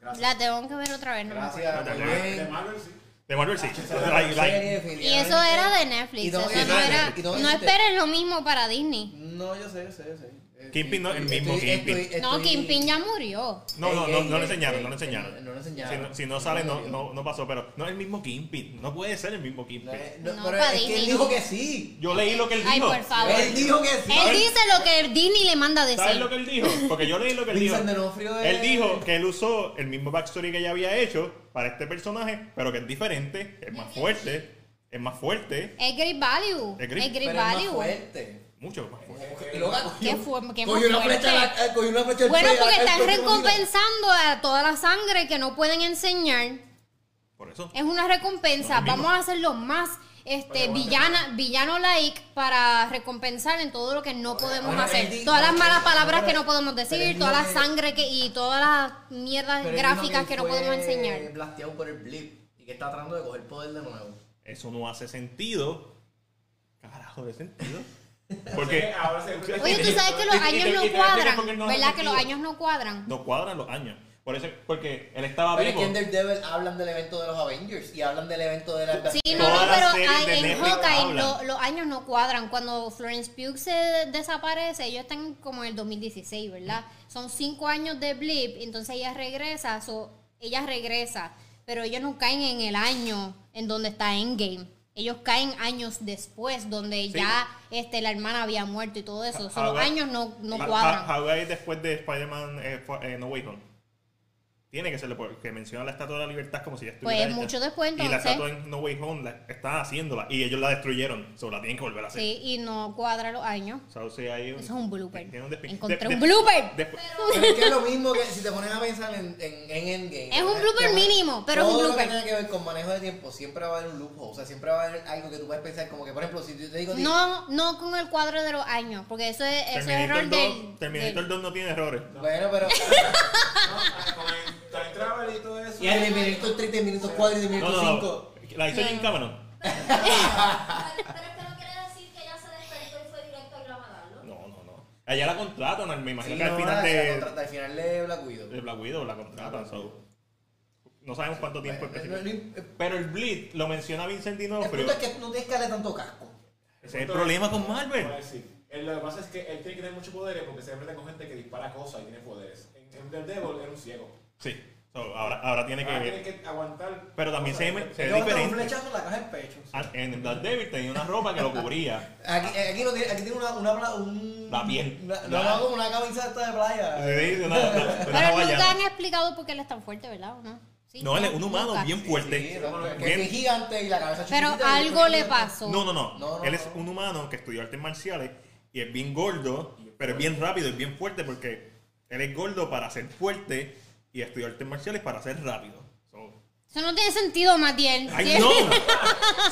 Gracias. La tengo que ver otra vez, no me acuerdo. Gracias, muy De bien. Marvel, sí. De Marvel, sí. Ah. Serie, Like, like. definitivamente. Y eso era de Netflix. Y no- eso y no, no- era, y no- este no esperen lo mismo para Disney. No, yo sé, yo sé, yo sé. Eh, Kingpin no, el mismo Kingpin. No, Kingpin ya murió. No, no, Ey, no, ey, no lo ey, enseñaron, ey, no lo enseñaron. ey, no lo enseñaron. Si no, si no sale, no, No, no, no pasó, pero no es el mismo Kingpin. No puede ser el mismo No, Kingpin. eh, no, No, pero pa' es que él Disney. dijo que sí. Yo leí lo que él Ay, dijo. por favor. Él dijo que sí. Él dice lo que Disney le manda a ¿Sabes decir. lo que él dijo? Porque yo leí lo que él dijo. Vincent D'Onofrio es- Él dijo que él usó el mismo backstory que ya había hecho para este personaje, pero que es diferente, es más fuerte, es más fuerte, Es Great Value. Es great- Es Pero Great es más Value. fuerte. mucho más fuerte. Y luego Qué cogió- fu- qué cogió una más flecha fuerte. a la- eh, cogió una flecha al Bueno, pie, porque al- al- están cogió una recompensando a toda la sangre que no pueden enseñar. Por eso. Es una No, recompensa. es Vamos mismo. a hacerlo más este villana, villano like para recompensar en todo lo que no podemos bueno, él hacer. dijo- Todas las malas palabras pero- que no podemos pero él decir, dijo toda la que- sangre que y todas las mierdas Pero él dijo gráficas que no fue podemos enseñar. Blasteado por el blip y que está tratando de coger poder de nuevo. Eso no hace sentido. Carajo de sentido. O Porque sea, ahora se- Oye, tú sabes que los Y- y te- y años te voy a no explicar por qué cuadran, no hace ¿verdad? Que los sentido. años no cuadran. no cuadran los años. Por eso, porque él estaba Pero es Ah, vivo. que en Daredevil hablan del evento de los Avengers y hablan del evento de la... Sí, no, Todas no, las pero series hay- de en Netflix Hawkeye hablan. lo- los años no cuadran. Cuando Florence Pugh se desaparece, ellos están como en el 2016, ¿verdad? Son cinco años de blip, entonces ella regresa, so- ella regresa, pero ellos no caen en el año en donde está Endgame. Ellos caen años después, donde Sí. ya este, la hermana había muerto y todo eso. So, Ahora- los años no, no Ha- cuadran. Ha- Hawkeye después de Spider-Man eh, fue- eh, No Way Home. Tiene que serlo porque menciona la estatua de la libertad como si ya estuviera. Pues hecha. mucho después, Y la entonces. estatua en No Way Home la, están haciéndola y ellos la destruyeron. So la tienen que volver a hacer. Sí, y no cuadran los años. So, sí, hay un- Eso es un blooper. tiene despi- Encontré de- un de- blooper. después- Pero es que es lo mismo que si te pones a pensar en, en, en Endgame. Es un ¿no? blooper Te- mínimo, pero es un todo blooper. Lo que tiene que ver con manejo de tiempo, siempre va a haber un loophole. O sea, siempre va a haber algo que tú puedes pensar, como que, por ejemplo, si yo te digo. a ti, No, no con el cuadro de los años, porque eso es, eso es error Terminator 2, del, Terminator del- 2 no tiene errores. Bueno, pero. No, con el time travel y todo eso. y en el minuto 30, el minuto 4 y el No, minuto no, 5. no. La hizo Jim Cameron. Pero es que no quiere decir que ella se despertó y fue directo a grabarlo. No, no, no. Allá la contratan, me imagino Sí, que al no, final la de, contrata- al final de Black Widow. de Black Widow la contratan. so. No sabemos cuánto tiempo específico. Pues, No, no, no, Pero el Bleed lo menciona Vincent El Dinofrio. punto es que no tienes que darle tanto casco. Ese es el problema con Marvel. Sí. Él- Lo que pasa es que él tiene que tener muchos poderes porque se enfrenta con gente que dispara cosas y tiene poderes. En, en Daredevil era un ciego. Sí. So, ahora, ahora tiene Ahora que. tiene que aguantar. Pero también se, cosas. me- se Yo ve hasta un diferente. flechazo en la caja del pecho. Ah, En Dark Devil tenía una ropa que lo cubría. Aquí, eh, aquí, no tiene, aquí tiene una, una, pla- un, La piel. Una, La- Eh, no, no, como una camisa esta de playa. Sí, de una- de una- de una Pero hawaiana. nunca han explicado por qué él es tan fuerte, ¿verdad? ¿O no? Sí, No, él es un humano nunca. bien Sí, fuerte. no, que- que Bien- es gigante y la cabeza chiquita. Pero y el algo otro le gigante. pasó. No, no, no. No, no, Él es no. un humano que estudió artes marciales y es bien gordo, pero es bien rápido y bien fuerte porque él es gordo para ser fuerte y estudió artes marciales para ser rápido. So, Eso no tiene sentido, Matiel. ¡Ay, no!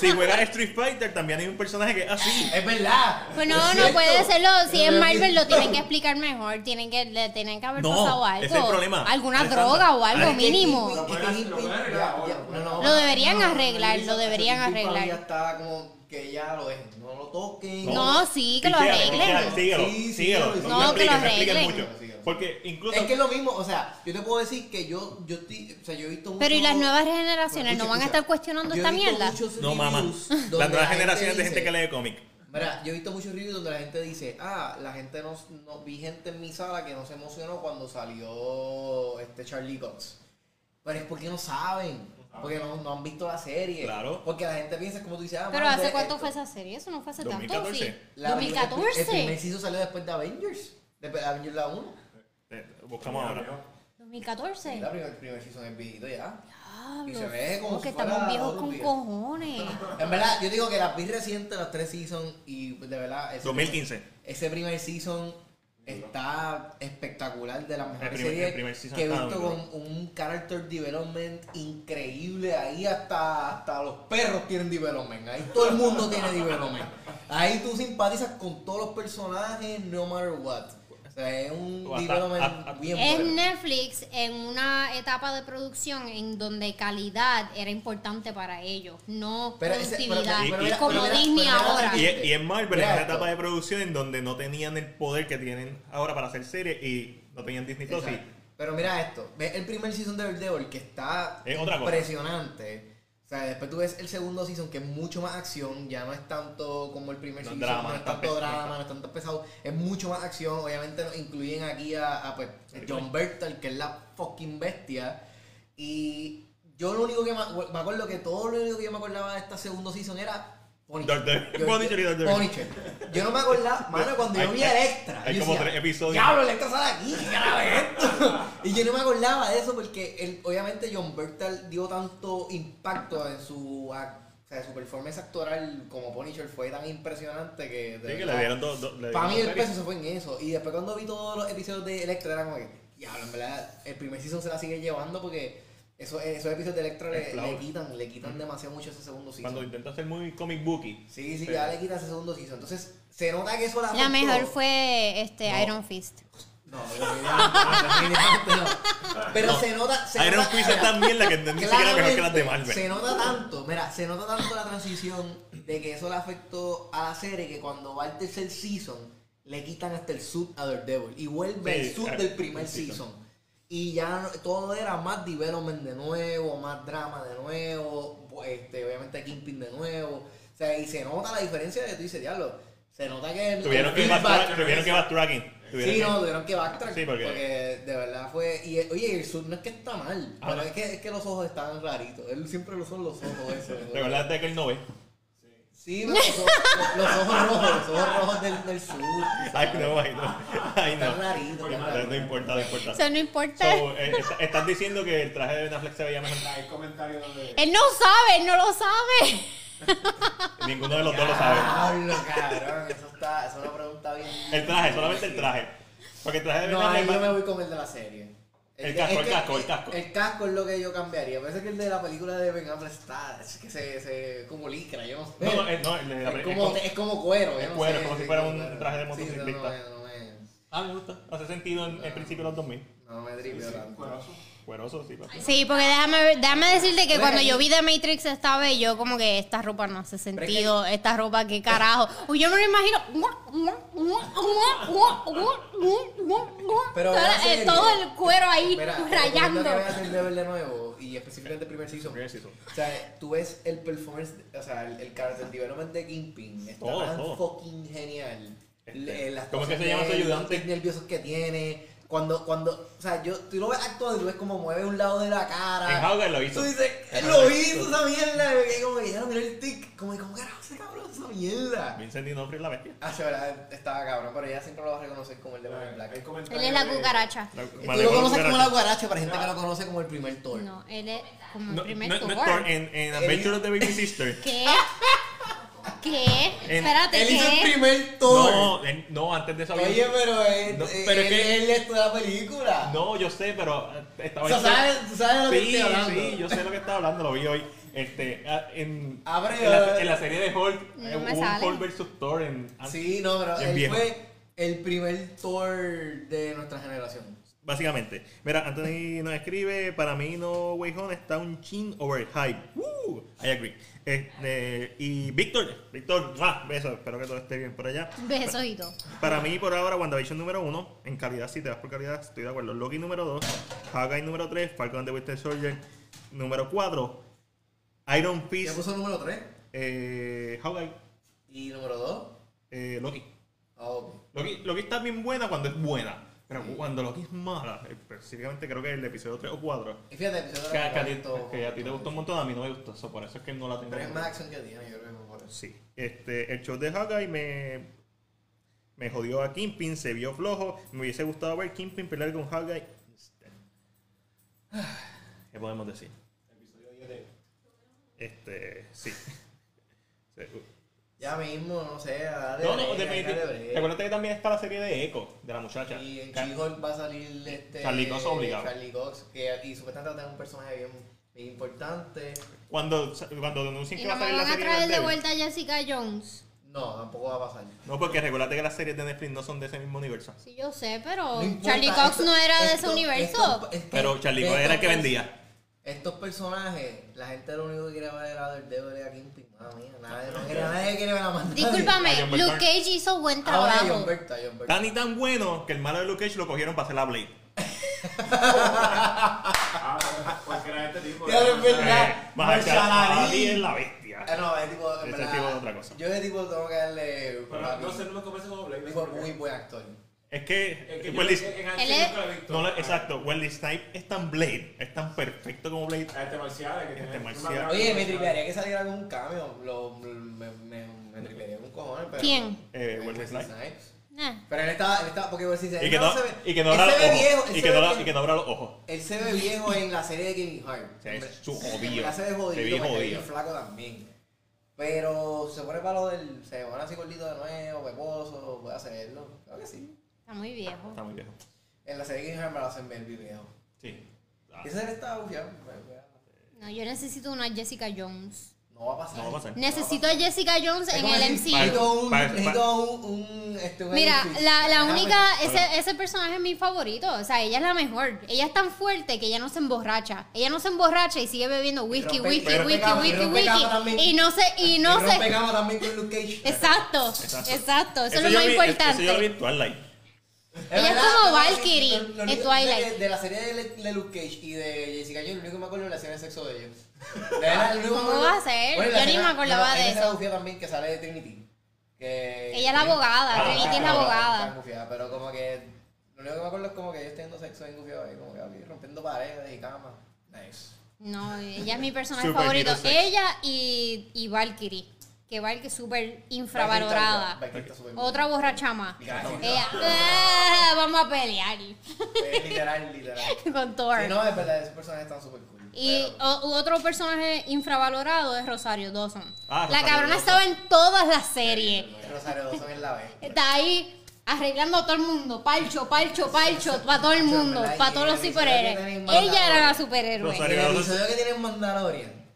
si fuera Street Fighter, también hay un personaje que es así. Es verdad. Pues no, Es no cierto. puede serlo. Si es Eh, Marvel, lo tienen que explicar mejor. Tienen que, le tienen que haber No, pasado algo. ese es el problema. Alguna Alexandra, droga o algo hay que- mínimo. Lo pueden- lo pueden arreglar ahora, lo pueden Lo deberían arreglar, lo deberían Ya arreglar. este está como que ya lo dejen, no lo toquen. No, sí, que lo Pichea, arreglen. pichea, Síguelo, Sí, sí, síguelo. sí, sí. No, No, te que lo expliques, te expliques arreglen. mucho. Porque incluso... Es que es lo mismo, o sea, yo te puedo decir que yo, yo, estoy- o sea, yo he visto Pero ¿y mucho- las nuevas generaciones Escucha, no van a escucha. estar Yo cuestionando he esta visto mierda? muchos No, mamá. reviews donde Las nuevas la gente generaciones de dice- gente que lee cómic. Mira, yo he visto muchos reviews donde la gente dice, ah, la gente no, no- vi gente en mi sala que no se emocionó cuando salió este Charlie Cox. Pero es porque no saben, porque no, no han visto la serie. Claro. Porque la gente piensa, como tú dices, ah, Pero mano, ¿hace ve cuánto esto. fue esa serie? Eso no fue hace tanto. 2014. Sí. La- este El, el primer 2014. season salió después de Avengers, de Avengers la 1. Eh, Buscamos ahora. 2014. La primer, el primer season es viejito ya. Diablo, Y se ve como como si que fuera estamos viejos otro con día. cojones. En verdad, yo digo que las vi recientes, las tres seasons, y de verdad... ese 2015. ese primer season está espectacular de las mejores El primer- series el primer season que he está visto muy con un character development increíble ahí hasta, hasta los perros tienen development ahí todo el mundo tiene development ahí tú simpatizas con todos los personajes no matter what o sea es un O hasta- development a- a- bien Es bueno Netflix en una etapa de producción en donde calidad era importante para ellos, no Pero ese- pero- productividad. pero- Y pero- como pero- Disney pero- ahora. Y, y en Marvel Mira es una esto. etapa de producción en donde no tenían el poder que tienen ahora para hacer series y no tenían Disney Plus. Exacto. Pero mira esto, ves el primer season de Daredevil que está Es otra cosa. impresionante. O sea, después tú ves el segundo season que es mucho más acción, ya no es tanto como el primer No es season, drama, no no es es tanto tan pes- drama, no es tanto pesado, es mucho más acción. Obviamente nos incluyen aquí a, a, pues, John Bertal, que es la fucking bestia. Y yo lo único que me, me acuerdo que todo lo único que yo me acordaba de esta segundo season era Punisher. Daredevil. Yo- Punisher y Daredevil. Punisher. Yo no me acordaba, mano, cuando yo Hay- vi hay- el extra. hay yo como decía, tres episodios. "Diablo, el extra sale aquí, ¿qué grave es esto?" Y yo no me acordaba de eso porque él, obviamente John Bertal dio tanto impacto en su, ac- o sea, su performance actoral como Punisher fue tan impresionante que... Sí, que le dieron dos. dos- le Para dieron mí el series. peso se fue en eso. Y después cuando vi todos los episodios de Electra era como que, diablo, en verdad, el primer season se la sigue llevando porque esos, esos episodios de Electra le, Claro. le quitan, le quitan demasiado mucho ese segundo season. Cuando intenta ser muy comic booky. Sí, sí, ya le quitan ese segundo season. Entonces, se nota que eso la La afectó. mejor fue este Iron Fist. No, definitivamente no. Pero se nota. Se Iron nota, Fist es también la que entendí que era mejor que las de Claramente, Se Marvel. nota tanto, mira, se nota tanto la transición de que eso le afectó a la serie que cuando va el tercer season, le quitan hasta el suit a Daredevil y vuelve Sí, el suit al- del primer al season. season. Y ya no- todo era más development de nuevo, más drama de nuevo, este, obviamente Kingpin de nuevo. O sea, y se nota la diferencia de que tú dices, diablo, se nota que... el- Tuvieron el que feedback- backtrack- tuvieron que backtracking. Tuvieron Sí, que- no, tuvieron que backtrack. Sí, porque... porque- de verdad fue. Y, eh, oye, el sur no es que está mal, Ah, pero no. es que, es que los ojos estaban raritos. Él siempre lo son los ojos, eso. Recordate que él no ve. Sí, pero los, ojos, los ojos rojos, los ojos rojos del, del sur. Ay, no, ay, no. Ay, no. Está rarito, está No, rarito. no importa, no importa. Eso no importa. So, eh, está- estás diciendo que el traje de Ben Affleck se veía mejor. Hay comentarios donde. Él no sabe, él no lo sabe. Ninguno de los dos lo sabe. Diablo, cabrón, eso está. Eso es una pregunta bien. El traje, solamente el traje. Porque el traje de Ben No, ahí Affleck. yo me voy con el de la serie. El que- casco, es el que- casco, el casco. El casco es lo que yo cambiaría. Parece que el de la película de Ben Affleck está. Es que se, se como licra, yo no sé. No, no, eh, no, el de la- es, como, es como cuero, es yo no cuero, sé, como si sí, fuera un cuero. traje de Sí, no, motociclista. no, no me- Ah, me gusta. Hace sentido en, en principio de los 2000. No me tripeo tanto. Cueroso, sí. papi. Sí, porque déjame, ver- déjame decirte que Pero cuando ahí- yo vi The Matrix esta vez, yo como que esta ropa no hace es que- sentido, esta ropa qué carajo. Uy, yo me lo imagino. Pero todo, la eh, serie- todo el cuero ahí Mira, te recomiendo que rayando. veas el level de nuevo y y específicamente el primer season. Primer season. O sea, tú ves el performance, o sea, el, el character development de Kingpin está Todo, tan todo. fucking genial. Este, Le- las ¿cómo es que cosas se llama de ese él, los ayudante? tics nerviosos que tiene. Cuando, cuando, o sea, yo, tú lo ves actuando y tú ves como mueve un lado de la cara. En Hawkeye lo hizo. Tú dices, él lo hizo esa mierda. Y me quedé como que ya lo miré el tic. Como que, ¿cómo carajo ese cabrón esa mierda? Vincent D'Onofrio es la bestia. Ah, sí, verdad, estaba cabrón, pero ella siempre lo va a reconocer como el de Men in Black. Eh, Hay comentarios Él es la de- cucaracha. La- Tú Vale, lo conoces como cucaracha. la guaracha, para gente que lo conoce como el primer Thor. No, él es como No, el primer no- no es Thor. Thor, eh. en, en Adventure of the Baby Sister. ¿Qué? ¿Qué? En- Espérate, Él hizo el ¿qué? primer Thor. No, en- no, antes de eso había- Oye, pero él, No, eh, pero él, que- él es toda la película. No, yo sé, pero eh, estaba O sea, ¿sabes, tú sabes de lo que Sí, estoy hablando? sí, yo sé lo que estaba hablando, lo vi hoy. Este, ah, en, Abre, en, la, eh, en la serie de Hulk, No eh, me hubo un sale. Hulk vs. Thor en. Sí, no, pero Bien él viejo. fue el primer Thor de nuestra generación. Básicamente. Mira, Anthony nos escribe, para mí No Way Home está un chin overhype. Woo, I agree. Eh, eh, y Víctor, Víctor, ¡mua! besos, espero que todo esté bien por allá. Besos y todo. Para mí, por ahora, WandaVision número uno. En calidad, si te vas por calidad, estoy de acuerdo. Loki número 2, Hawkeye número 3, Falcon and the Winter Soldier número 4, Iron Ya Fist, puso número 3 eh, Hawkeye, y número 2. eh, Loki. Oh, Loki. Loki está bien buena cuando es buena, pero cuando Loki es mala, eh, específicamente creo que el episodio 3 o 4, y fíjate, el episodio que, que de a ti- Roberto- que a ti te gustó un montón, a mí no me gustó, so, por eso es que no la tengo. Pero es más acción que tiene, yo creo que por eso. Sí. Este, el show de Hawkeye me, me jodió a Kingpin, se vio flojo. Me hubiese gustado ver Kingpin pelear con Hawkeye. ¿Qué podemos decir? Episodio 10 de- Este, sí. Sí. Ya mismo, no sé, a darle No, no, break, a darle definitivamente. break. Recuerda que también está la serie de Echo, de la muchacha. Y en Ca- She-Hulk va a salir este. Charlie Cox obligado. Charlie Cox, que aquí supuestamente va a tener un personaje bien, bien importante. Cuando, cuando denuncien Y que va a no me salir la van a serie traer de Daredevil. vuelta a Jessica Jones. No, tampoco va a pasar. No, porque recuérdate que las series de Netflix no son de ese mismo universo. Sí, yo sé, pero No importa, Charlie Cox esto- no era de ese esto- universo. esto- es que- Pero Charlie que Cox era el que pues, estos- vendía. Estos personajes, la gente lo único que quiere ver era del dedo de Kim Ping. Mamma mía, nadie, no quiere, nadie quiere ver a más nadie. a Discúlpame, John Luke Bertrand. Cage hizo buen Ahora a trabajo. John Berta, John Berta. Tan y tan bueno que el malo de Luke Cage lo cogieron para hacer la Blade. Ah, porque era este tipo. Ya, es verdad. Eh, Mahershala Mahershala Ali Ali. es la bestia. Ah, no, es tipo. en Ese verdad, Este tipo es otra cosa. Yo de tipo tengo que darle. Pero no sé, no me convence como Blade. no sé Tipo, por qué. muy buen actor. Es que, Es que yo- Wesley, en- en Él es- acción nunca lo he visto. no le- exacto, Wesley Snipe es tan Blade, es tan perfecto como Blade. A Este marcial. que tiene- marcial. Oye, me tripearía que saliera con un cameo. Lo, me, me, me tripearía con cojones. Pero, ¿Quién? Eh, Ay, Wesley Snipes. Nah. Pero él estaba, él estaba porque Wesley Snipes. Y que él no, se ve- y que no él se abra los ve ojos. viejo, él y, se que no ve abra, viejo. y que no abra los ojos. Él se ve viejo en la serie de Kevin Hart. O sea, es su En jodido. la serie de Se ve jodido. porque él jodido. es flaco también. Pero se pone para lo del. Se pone así gordito de nuevo, peposo, puede hacerlo. Claro que sí. Está muy viejo. Está muy viejo. En la serie de Kevin Hart me lo hacen ver viejo. Sí. Ah, Y Esa serie estaba bufiado. No, yo necesito una Jessica Jones. No va a pasar. No va a pasar. Necesito a Jessica Jones Es en como el decir, MCU. Necesito un. Para- Necesito un. un, este, un Mira, outfit. la, la Déjame- única, ese, ese personaje es mi favorito. O sea, ella es la mejor. Ella es tan fuerte que ella no se emborracha. Ella no se emborracha y sigue bebiendo whisky, rompe- whisky, pero- whisky, pero- whisky, pero- pero- whisky. pero- Y no se, y no Nos se. pegamos también con Luke Cage. Exacto, Exacto. exacto. Eso Ese es lo yo más vi- Eso yo lo vi importante. en Twilight. Es Ella es verdad, como lo único- Valkyrie lo- lo en único- Twilight. De, de la serie de, Le- de Luke Cage y de Jessica Jones, lo único que me acuerdo es la escena de sexo de ellos. De verdad, lo único que me ¿Cómo acuerdo- va a ser? Bueno, la Yo ni escena- me acordaba no, no, hay una de eso. escena bufía también que sale de Trinity. que- Ella es la abogada, Ah, Trinity es la claro, Está abogada. bufiada, pero como que lo único que me acuerdo es como que ellos teniendo sexo en bufiado ahí, como que ahí, rompiendo paredes y camas. Nice. No, ella es mi personaje Super favorito. hero sex. Ella y, y Valkyrie, que Valkyrie es súper infravalorada. Valkyrie está súper- Otra borracha más. Valkyrie. Ella, "Ah, vamos a pelear Eh, Literal, literal. con Thor. Sí, no, es verdad, esos personajes están súper cool. Y oh. pero- o- u otro personaje infravalorado es Rosario Dawson. Ah, la Rosario cabrona Dawson. estaba en todas las series. Rosario Dawson es la B. Está ahí arreglando a todo el mundo. Palcho, palcho, palcho. Para todo el mundo. Para todos los superhéroes. Ella era la superhéroe. Rosario. El episodio que tienen Mandalorian.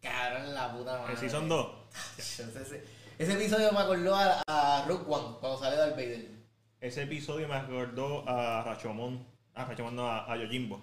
Cabrón, en la puta madre. El Season 2. Ese, ese- ese episodio me acordó a, a Rogue One cuando sale Darth Vader. Ese episodio me acordó a Rachomon. A Rachomon no, a, a Yojimbo.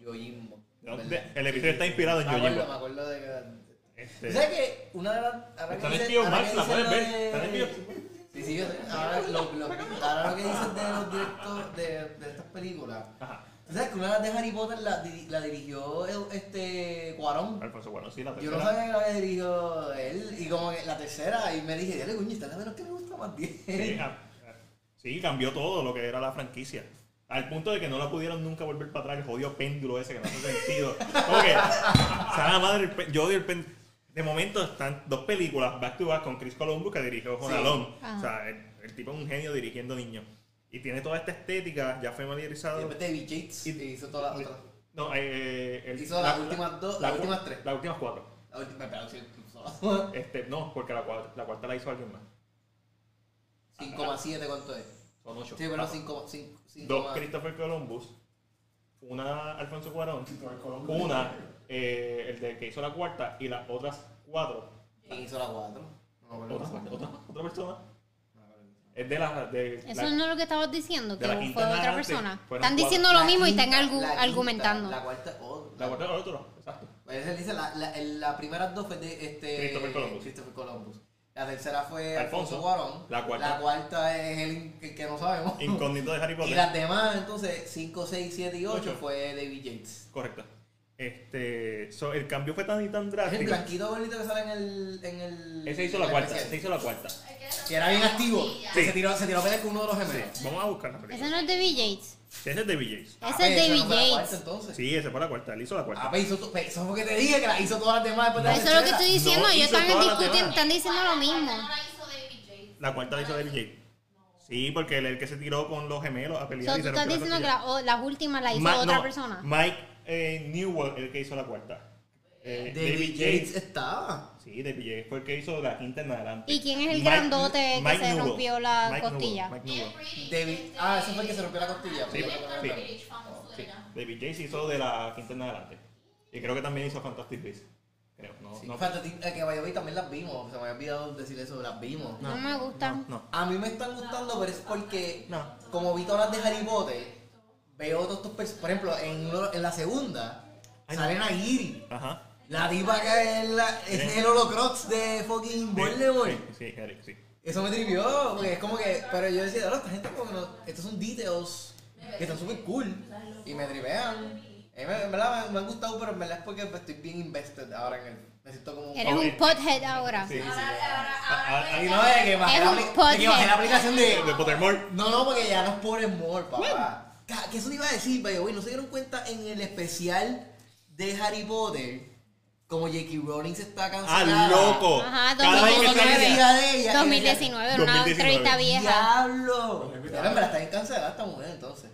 Yojimbo. No, ¿verdad? el episodio está inspirado en Me acuerdo, Yojimbo. Me acuerdo de que. Este, ¿Tú ¿Sabes que una de las. ahora que Está en dicen- HBO ahora Max, que la dicen puedes ver. lo de- Está en HBO. Sí, sí, yo sé. Ahora lo, lo- ahora lo que dicen de los directos de, de estas películas. Ajá. ¿Tú sabes que una de Harry Potter la, di- la dirigió el- este Cuarón? Alfonso Cuarón, sí, la Yo tercera. no sabía que la había dirigido él. Y como que la tercera, y me dije, dale, coño, esta es la menos que me gusta más bien. Sí, ah, ah, sí, cambió todo lo que era la franquicia. Al punto de que no la pudieron nunca volver para atrás, el jodido péndulo ese que no hace sentido. Como que, sana madre, el pé- yo odio el péndulo. De momento están dos películas, Back to Back, con Chris Columbus, que dirigió Home Alone. Ah. O sea, el, el tipo es un genio dirigiendo niños. Y tiene toda esta estética, ya Y familiarizado. después de Bill Gates, Y- hizo todas las otras. No, eh, el- Hizo las últimas dos- las cu- últimas tres. Las últimas cuatro. La última, espera, sí, hizo las otras. Este, no, porque la, cua- la cuarta la hizo alguien más. 5,7 cuánto es. Son ocho. Sí, pero Ah, 5,5. dos Christopher Columbus, una Alfonso Cuarón, una eh, el de que hizo la cuarta y las otras cuatro. Hizo las 4. Otra, otra, otra persona. Es de la de Eso la- no es lo que estabas diciendo, que de la fue quinta en otra adelante, persona. fueron Están cuatro. diciendo lo mismo y están argu- argumentando. La cuarta, oh, la cuarta o otro, exacto. Pues él dice, la, la, el- la primera dos fue de este, Christopher Columbus. Christopher Columbus. La tercera fue Alfonso, Alfonso. Cuarón. La cuarta. La cuarta es el que, que no sabemos. Incógnito de Harry y Potter. las demás, entonces, 5, 6, 7 y 8, Ocho. fue David Yates. Correcto. Este, so, el cambio fue tan y tan El drástico. blanquito bonito que sale en el... En el Ese hizo en la el cuarta, especial. ese hizo la cuarta. Que era bien activo. Sí. Se tiró, se tiró a pelear con uno de los gemelos. Vamos a buscar la Ese película. no es de Bill Gates. Ese es de BJ's. Ah, Ese pues, es David no fue la Yates. cuarta, entonces. Sí, ese fue la cuarta, él hizo la Ah, cuarta. pues, hizo, to- pues, eso fue lo que te dije, que la hizo todas las demás después de la Eso es lo que tercera. estoy diciendo. No Ellos hizo están todas las discutiendo, demás. están diciendo lo mismo. No la hizo David Yates. La cuarta la hizo de BJ. Sí, porque él es el que se tiró con los gemelos a So, pelear. y tú se estás rompió la diciendo que costilla. la- o- las últimas las hizo Ma- otra no, persona. Mike eh, Newell, el que hizo la cuarta. Eh, David Yates estaba. Sí, David Yates fue el que hizo la quinta en adelante. ¿Y quién es el grandote que se rompió la Mike Newell, costilla? Mike Bien Newell. British, David, este, ah, ese fue el que se rompió la costilla. pues. Sí, Néstor sí. British, famoso Sí, era. David Yates hizo de la quinta en adelante. Y creo que también hizo Fantastic Beasts. Creo, no, Sí, no. Fantastic- eh, que vaya hoy también las vimos, se me había olvidado decir eso, las vimos. No, me gustan. No. A mí me están gustando, pero es porque, No. como vi todas las de Harry Potter, veo todos estos personajes. Por ejemplo, en, uno- en la segunda, Ay, sale Nagiri, Ajá. la diva que es, la- es Sí. el Holocrox de fucking Eh. Sí, Voldemort. Sí, sí, Eric, sí. Eso me trivió, porque es como que, pero yo decía, "Ahora, esta gente como que no, estos son details que están súper cool y me trivean. A mí me- En verdad me, me han gustado, pero en verdad es porque estoy bien invested ahora en el. Me siento como un Eres Ok. un pothead ahora. Sí, sí. Ahora, ahora, Ah, ah, ahora. Ahí no, de que bajé, la, un apli- de que bajé la aplicación de... De Pottermore. No, no, porque ya no es por more, papá. Ca- Que eso te iba a decir, pero güey, ¿no se dieron cuenta en el especial de Harry Potter? Como J.K. Rowling se está ¡Ah, cancelando. loco! Ajá, Cada vez que 2019. sale- salía de ella, 2019, era una 2019. entrevista vieja. ¡Diablo! Pero en verdad está bien cancelada esta mujer, entonces.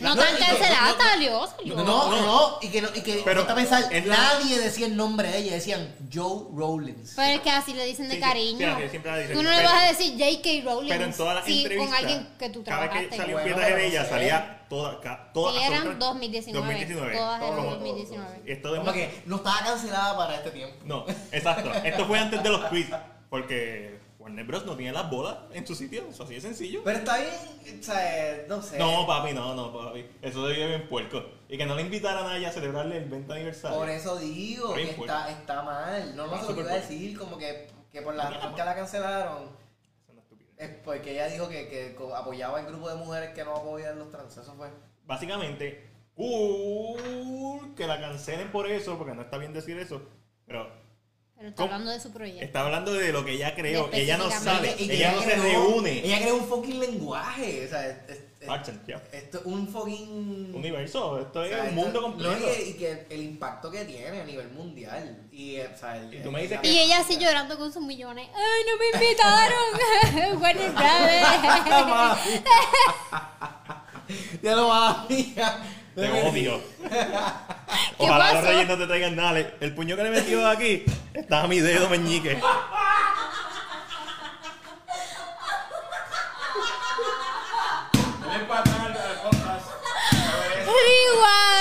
No No, tan y que- cancelada, no, no, salió, No, salió. no, no, y que, no, y que Pero- ponte a pensar, es la- nadie decía el nombre de ella, decían Joe Rowlands. Pero es que así le dicen Sí, de sí, sí, cariño. así siempre la dicen. Tú no le Pero- vas a decir J.K. Rowling. Pero en todas las sí, entrevistas, con alguien que tú cada vez trabajaste. que salía un Bueno, pietaje de pero ella, sí. salía toda, ca- toda Sí, eran absolutamente- 2019. 2019. Todas eran Como- 2019. Esto de Como que no estaba cancelada para este tiempo. No, exacto. Esto fue antes de los tweets, porque Warner Bros. no tiene las bolas en su sitio, eso así de sencillo. Pero está bien, o sea, no sé. No, papi, no, no, papi. Eso se vive bien puerco. Y que no le invitaran a ella a celebrarle el 20 aniversario. Por eso digo Está bien que fuerte. está, está mal. No, no Está sé lo que súper iba a fuerte. decir, como que, que por la razón que la cancelaron, Es una estupidez. es porque ella dijo que, que co- apoyaba el grupo de mujeres que no apoyan los trans. Eso fue. Básicamente, cool, que la cancelen por eso, porque no está bien decir eso. Pero Pero está ¿Cómo? hablando de su proyecto. está hablando de lo que ella creó. De Ella no sabe, específicamente. Y que ella no se creó- reúne. Ella creó un fucking lenguaje. O sea, es- es- es- Marchen, ya. esto es un fucking. Universo, esto o es sea, un esto- mundo no, y completo. que- y que el impacto que tiene a nivel mundial. Y, eh, o sea, el- Y tú me dices el- que- Y ella así llorando con sus millones. ¡Ay, no me invitaron! Warner Brothers. Ya lo va, mía. Te odio. ¿Qué Ojalá los pasó? reyes no te traigan nada. Le- El puño que le metió aquí está a mi dedo meñique. Dale para atrás al podcast.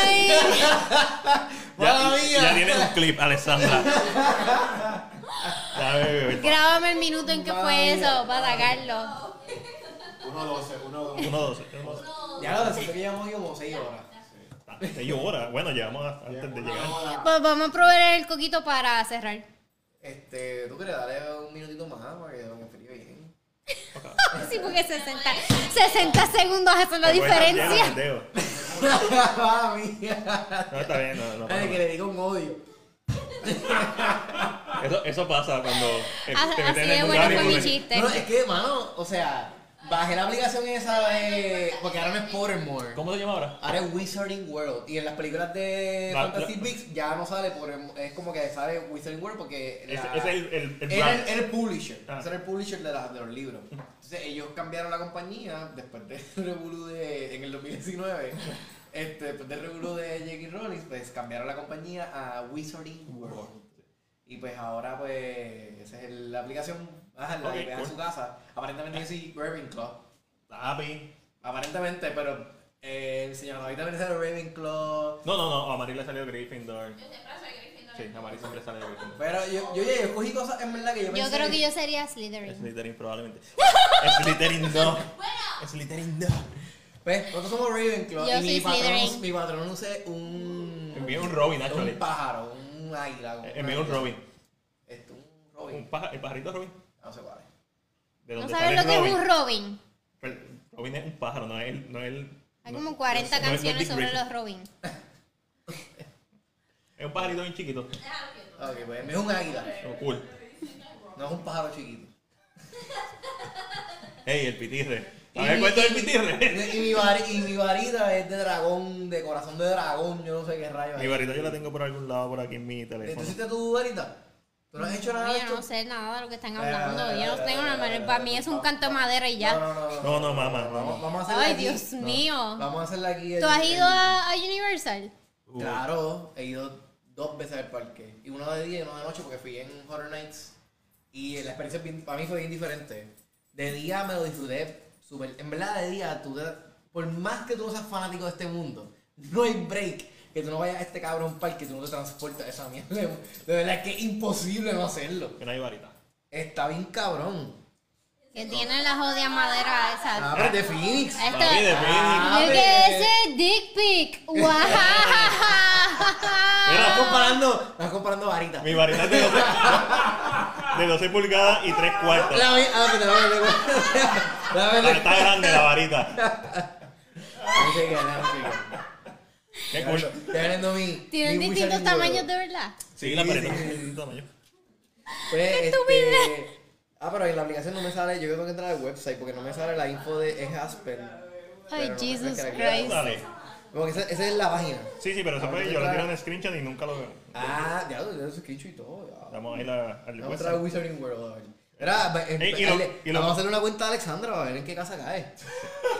Rewind. Ya, Mala mía. ya tienes un clip, Alessandra. Ya, bebé, bebé. Grábame el minuto en que fue Vaya, eso para sacarlo. 1-12, 1-12. Uno, dos, uno, dos. Ya lo siento que llevamos ahí como 6 horas. Seis horas. Bueno, llegamos hasta antes de llegar. Pues vamos a probar el coquito para cerrar. Este, tú quieres darle un minutito más para que lo enfríe bien. Sí, porque 60, 60 segundos hacen la Te puedes cambiar diferencia. los dedos. Ah, mía. No, está bien, no, no. Ay, pasa que nada. le diga un odio. Eso, eso pasa cuando eh, Ah, Así te meten en de el bueno lugar y fue como mi que- chiste. No, es que, mano, o sea, bajé la aplicación esa de. Porque ahora no es Pottermore. ¿Cómo se llama ahora? Ahora es Wizarding World. Y en las películas de La- Fantasy la- Beasts ya no sale Pottermore. Es como que sale Wizarding World porque. Ese la- ese es el, el, el Ah. era, el, brand. era el publisher. Ah. Ese era el publisher de, las- de los libros. Entonces ellos cambiaron la compañía después de Revolu de. en el 2019. Este, después de Revolu de J.K. Rowling, pues cambiaron la compañía a Wizarding World. Y pues ahora, pues, esa es la aplicación. Ajá, la Ok, que vean cool. en su casa. Aparentemente yo soy Ravenclaw. Papi. Aparentemente, pero eh, el señor David también es de Ravenclaw. No, no, no. A María le salió Gryffindor. Yo siempre soy Gryffindor. Sí, a María siempre sale Gryffindor. Pero yo, yo, yo, yo escogí cosas en verdad que yo Yo pensé creo que yo sería Slytherin. Slytherin probablemente. Slytherin no. Slytherin no. Pues, nosotros somos Ravenclaw Yo y soy mi patrón, Slytherin. mi patrón es un, Envié un Robin, actually. un pájaro, un águila. como Envié un águila. Robin. Este, un Un Robin. paja- el pajarito Robin. No se vale. ¿De ¿No dónde sabes lo sale que es Robin? un Robin? Pero Robin es un pájaro, no es el. No es el Hay no- como 40 no es- no es canciones Dick sobre Griffin. los Robin. Es un pajarito bien chiquito. Déjalo quieto. Ok, pues es un águila, Oh, cool. no es un pájaro chiquito. Hey, el pitirre. Y ¿Sabes el mi- cuento del y- pitirre? Y mi, vari- y mi varita es de dragón, de corazón de dragón, yo no sé qué rayo Mi es. varita yo la tengo por algún lado por aquí en mi teléfono. ¿Tú hiciste tu varita? ¿Tú no has hecho nada de Yo esto? no Eh, sé nada de lo que están Espera, hablando. espera, Yo no espera, tengo una espera, manera. Para mí es un canto de madera y ya. No, no, no. No, no, mamá, Vamos, mamá. vamos a hacerla Ay, aquí. Dios mío. Vamos a hacerla aquí. el- ¿Tú has ido el- a a Universal? Uh, Claro, he ido dos veces al parque. Y uno de día y uno de noche porque fui en Horror Nights. Y la experiencia es bien- para mí fue bien diferente. De día me lo disfruté súper. En verdad, de día, tú te- por más que tú no seas fanático de este mundo, no hay break que tú no vayas a este cabrón parque y tú no te transportas a esa mierda. De verdad es que es imposible no hacerlo. Que no hay varita. Está bien cabrón. Que tienen la jodida madera Ah, esa. pero es de Phoenix. Esto- Papi, de Phoenix. Ah, Yo pero- que ese dick pic. Guajajaja. Mira, Estás comparando, estás comparando varitas. Mi varita es de 12, de 12 pulgadas y 3 cuartos. La vi- ah, pero la vi- la vi- Ah, Está grande la varita. No sé qué, no sé qué. Qué cool. Estoy hablando mi. Tienen mi distintos Wizarding tamaños World. de verdad. Sí, la varita sí, es sí. de distinto tamaño. Pues, este, estupidez. Ah, pero en la aplicación no me sale. Yo creo que tengo que entrar al website porque no me sale la info de es Aspen. Ay, Pero no sé Jesus qué era que Christ. era. Dale. Porque esa, esa es la página. Sí, sí, pero eso Ah, fue, pero yo le está- tiré un screenshot y nunca lo veo. Ah, ya lo su screenshot y todo. ya. Vamos a ir a- al Vamos a website. entrar a Wizarding World. a ver. Era, va- Ey, y lo- dale, y lo- vamos a hacerle una cuenta a Alexandra a ver en qué casa cae.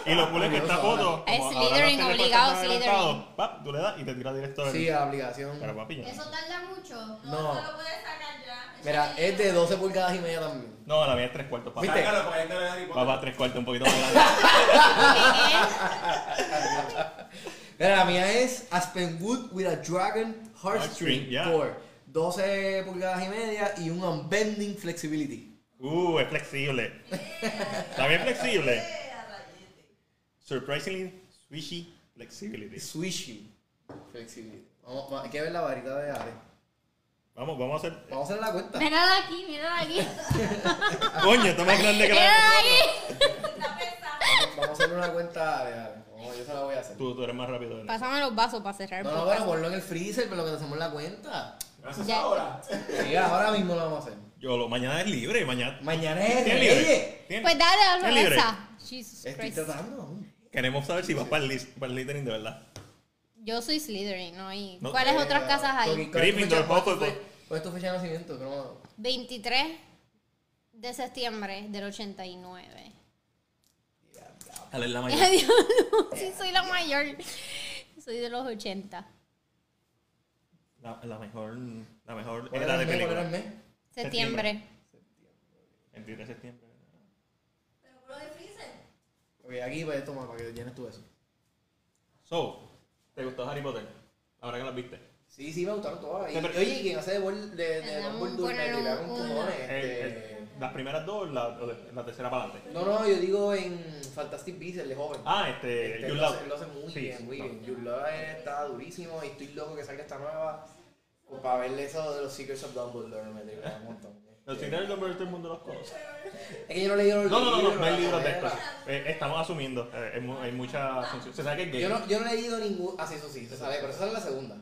Y lo cool es que esta foto. Es como ahora las Slytherin, telepuestas obligado están Slytherin. adelantadas, pap, Tú le das y te tira directo del. Sí, a la aplicación. Pero papi, yo- Eso tarda mucho. No, No. no lo puedes sacar ya. Mira, es de 12 pulgadas y media también. No, la mía es 3 cuartos. Papá. ¿Viste? Sácalo pues, para entrar en Harry Potter. Papá, 3 cuartos, un poquito más grande. Mira, la mía es Aspenwood with a Dragon Heartstring, Heartstring yeah. Core. 12 pulgadas y media y un Unbending Flexibility. Uh, es flexible. También flexible. Surprisingly swishy flexibility. Swishy Flexibility. Vamos, va- hay que ver la varita de Ale. Vamos, vamos a hacer. Vamos a hacer la cuenta. Mira de aquí, mira de aquí. Coño, está más grande que Mira de la. aquí. Vamos, vamos a hacer una cuenta a Ale, Ale. Vamos, yo se la voy a hacer. Tú, tú eres más rápido. de él. Pásame los vasos para cerrar. el No, no, podcast. pero ponlo en el freezer, pero lo que hacemos la cuenta. ¿Lo haces Ya. ahora? Sí, ahora mismo lo vamos a hacer. Yo lo mañana es libre, mañana. Mañana es ¿Tienes el libre? libre. ¿Tienes? Pues dale, hazlo ¿Tienes libre? esa. Jesus Estoy Christ. tratando. Queremos saber si vas para el, lis- para el littering de verdad. Yo soy Slytherin, ¿no? ¿Y No. eh, cuáles otras casas hay? Toki, ¿cuál es tu Gryffindor, fecha- cuál es tu fe- Hufflepuff. ¿Cuál es tu fecha de nacimiento? Que no- 23 de septiembre del 89. Dale Ah, la mañana. Adiós, no, sí soy la mayor. Soy de los 80. La, la mejor. La mejor ¿Cuál era era de el mes? ¿Cuál era el película. mes? Septiembre. 23 de septiembre. Pero puro de freezer. Ok, aquí voy a tomar para que llenes tú eso. So, ¿te gustó Harry Potter? Ahora que las viste. Sí, sí, me gustaron todas. Y, Sí, pero- oye, quien hace de bol de, Le de damos Dumbledore un poner me un- tiraron un- cojones. Eh, Este... eh, las primeras dos, la, o de- la tercera para adelante. No, no, yo digo en Fantastic Beasts, el de joven. Ah, este. Este, Jude lo, Law. hace, lo hace muy Sí, bien, sí, muy no. bien. Jude Law está durísimo y estoy loco que salga esta nueva. Pues, para verle eso de los Secrets of Dumbledore me tiraron un montón. Los Teenage Mutant todo el mundo los conoce. Es que yo no leí los No, no, no, no, libros, no hay libros de novela. esto. Eh, estamos asumiendo. eh, hay, mu- hay mucha asunción. Se sabe que es gay. Yo no, yo no he leído ningún. Ah, sí, eso sí, se sabe, pero esa es la segunda.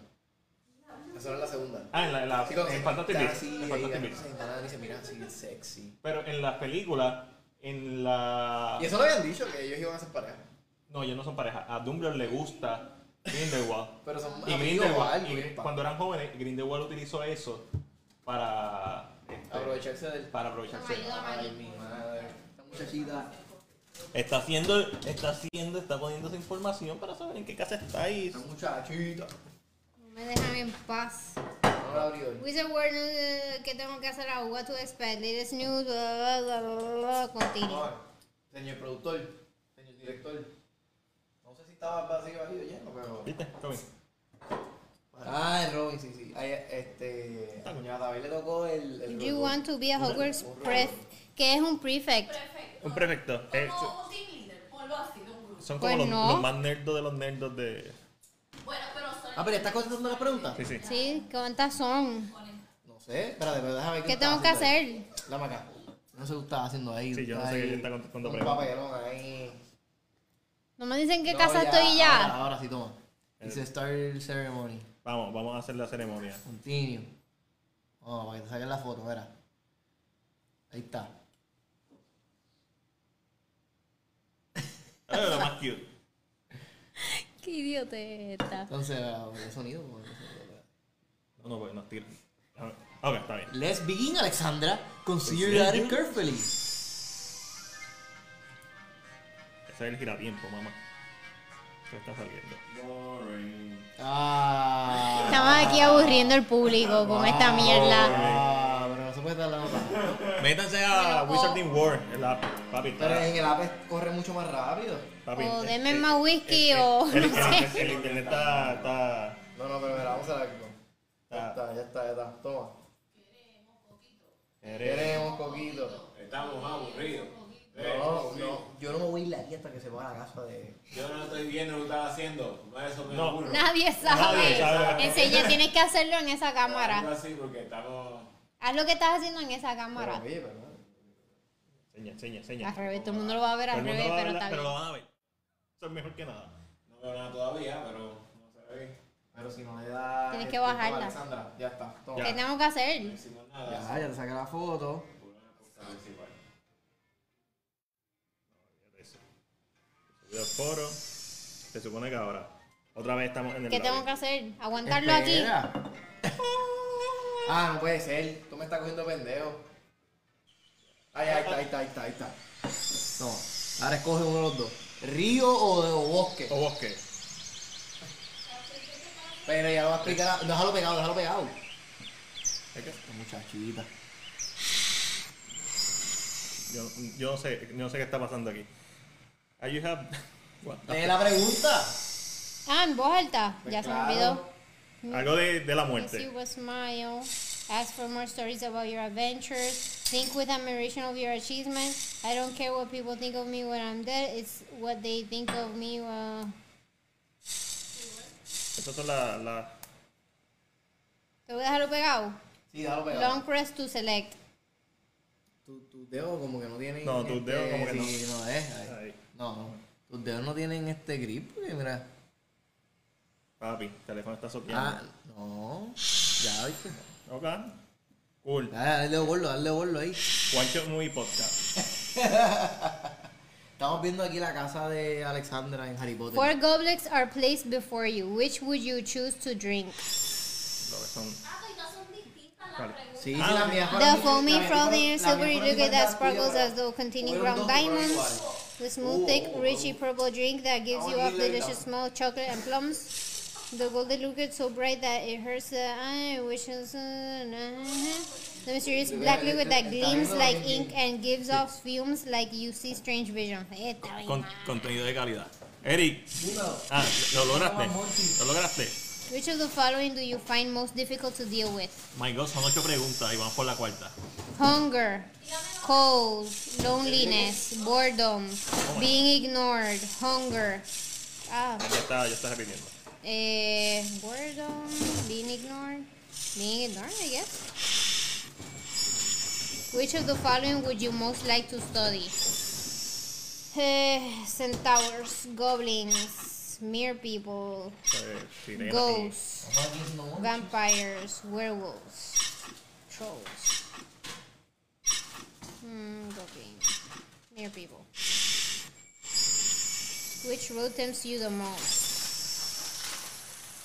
Esa es la segunda. Ah, en la, en la Sí, cuando en se Fantastic está Beasts, así, y en Fantastic ella no Beasts. se nada, ni se mira así, sexy. Pero en las películas, en la. Y eso lo habían dicho, que ellos iban a ser pareja. No, ellos no son pareja. A Dumbledore le gusta Grindelwald. Pero son y amigos o Grindelwald, algo. y bien, pa- cuando eran jóvenes, Grindelwald utilizó eso para. este, Aprovecharse del. Para aprovecharse. Ayuda, Ay, Mari. mi madre. Esta muchachita. Está haciendo, está haciendo, está poniendo esa información para saber en qué casa estáis. Esta muchachita. No me dejan en paz. No la abrió. Wizard World, eh, ¿qué tengo que hacer ahora? What to expect? Latest news, bla, bla, bla, bla, bla, con Tiri. No, Señor productor, señor director. No sé si estaba vacío vacío lleno, pero. ¿Viste? Robin? Ah, el Robin, sí, sí. Ay, este. Ah, A cuñada David le tocó el. el Do you want to be a Hogwarts pref? ¿Qué es un prefect? Perfecto. Un prefecto. Eh, Como un team leader, ponlo así, de un grupo. son como Pues los, no. los más nerdos de los nerdos de. Bueno, pero son. Ah, pero ¿estás contestando la pregunta? Sí, sí. Sí, ¿cuántas son? No sé, espérate, pero déjame ver ¿Qué tú tengo que estabas haciendo hacer? ahí. Dame acá. No sé qué estaba haciendo ahí. Sí, yo no sé qué está contestando Un preguntas. papelón ahí. No me dicen qué No, casa estoy y ya. Ahora, ahora sí, toma. Dice Start Ceremony. Vamos, vamos a hacer la ceremonia. Continue. Oh, para que te saquen la foto, mira. Ahí está. Ah, lo más cute. Qué idiota esta. Entonces, ah, el sonido. ¿Cómo es el sonido? Espérate. No, no, pues nos tiran. A ver. Ok, está bien. Let's begin, Alexandra. Consider ¿En that serio? carefully. Ese es el giratiempo, mamá. Se está saliendo. Ah, Estamos aquí aburriendo al público con esta mierda. ah, pero no se puede dar la nota. Métanse a Bueno, o- Wizarding World, el app. Papi, está- Pero en el app corre mucho más rápido. papi, O eh, denme eh, más whisky eh, o- El, el- no el- el internet está. está No, no, pero mira, vamos a hacer algo. Ya Ah. está, ya está, ya está. Toma. eres- Queremos coquito. Estamos aburridos. Eh, No, sí. no. Yo no me voy a ir aquí hasta que se vaya a la casa de. Yo no estoy viendo lo que estaba haciendo. No eso me No. aburro. Nadie Nadie sabe. sabe. Enseña, tienes que hacerlo en esa Algo cámara. así porque estamos. Haz lo que estás haciendo en esa Pero, cámara. oye, pero no. Enseña, enseña, Al enseña. revés, todo el mundo lo va a ver Todo al el mundo revés, va a pero verla, está pero bien. lo van a ver. Eso es mejor que nada. No veo nada todavía, pero no se ve. Pero si no le da. Tienes que este, toma, bajarla. Alexandra, ya está. Toma. ¿Qué tengo que hacer? No hicimos nada. Ya, ya te saca la foto. A ver si igual. Subí al foro. Se supone que ahora. Otra vez estamos en el. ¿Qué tengo lobby. que hacer? ¿Aguantarlo aquí? Espera. Ah, no puede ser. Tú me estás cogiendo pendejo. Ahí, ahí está, ahí está, ahí está, ahí está. Toma. Ahora escoge uno de los dos. Río o, o bosque. O bosque. Pero ya lo va a explicar. Déjalo pegado, déjalo pegado. ¿Es que? Esta muchachita. Yo, yo no sé, no sé qué está pasando aquí. Ah, you have. What the- Lee la pregunta. Ah, en voz alta. Pues Ya se me olvidó. Mm. Algo de, de la Yes, you muerte. will smile. Ask for more stories about your adventures. Think with admiration of your achievements. I don't care what people think of me when I'm dead. It's what they think of me. Uh, Esas son las. La... te voy a dejarlo pegado. Sí, déjalo pegado. Long press to select. Tu- Tus dedos como que no tienen. No, tus dedos como que no. sí, no. es, ahí. Ahí. No, no. Tus dedos no tienen este grip, porque mira. Papi, el teléfono está Ah, soqueando. no. Ya, viste. Ok. Cool. Dale, dale gordo, dale gordo ahí. One Shot Movie Podcast. Estamos viendo aquí la casa de Alexandra en Harry Potter. Four goblets are placed before you. Which would you choose to drink? Lo que son. Ah, y no son distintas las Vale. preguntas. Sí, Ah, sí, la ok. mía fue la The mía- foamy, la mía fue- frothy, la and mía silvery fue la liquid mitad that tuya, sparkles pero- as though containing fueron ground dos iguales. diamonds. The smooth, thick, richy purple drink that gives you Ahora a dile ahí, delicious dame. smell of chocolate and plums. The golden liquid so bright that it hurts the eye, which is... uh, The mysterious black liquid that gleams like ink and gives off fumes like you see strange visions. Esta vaina. Con- contenido de calidad. Eric. Dímelo. Ah, lo lograste. Lo lograste. Which of the following do you find most difficult to deal with? My God, son ocho preguntas y vamos por la cuarta. Hunger, cold, loneliness, boredom, being ignored, hunger. Ah, Ya está, ya está repitiendo. eh, boredom, being ignored, being ignored, I guess. Which of the following would you most like to study? Eh, centaurs, goblins, mere people, Eh, sirena. ghosts, vampires, werewolves, trolls. Hmm, goblins, mere people. Which road tempts you the most?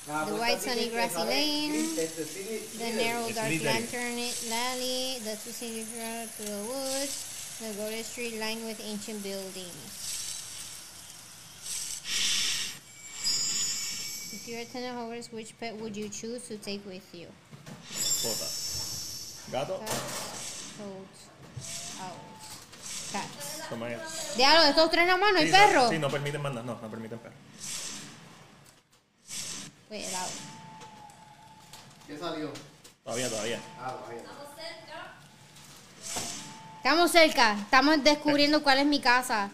The White Sunny Grassy Lane. The narrow It's dark military. lantern alley, the two city road to the woods, the golden street lined with ancient buildings. If you attended Hogwarts, which pet would you choose to take with you? Cosas. Gato. Cats, toads, owls, cats. Toma ya. Diablo, de estos tres nomás no hay Sí, perro. No, sí, no permiten bandas. No, no permiten perro. Wait, el owl. ¿Qué salió? Todavía, todavía. Ah, vaya. Estamos cerca, estamos descubriendo cuál es mi casa.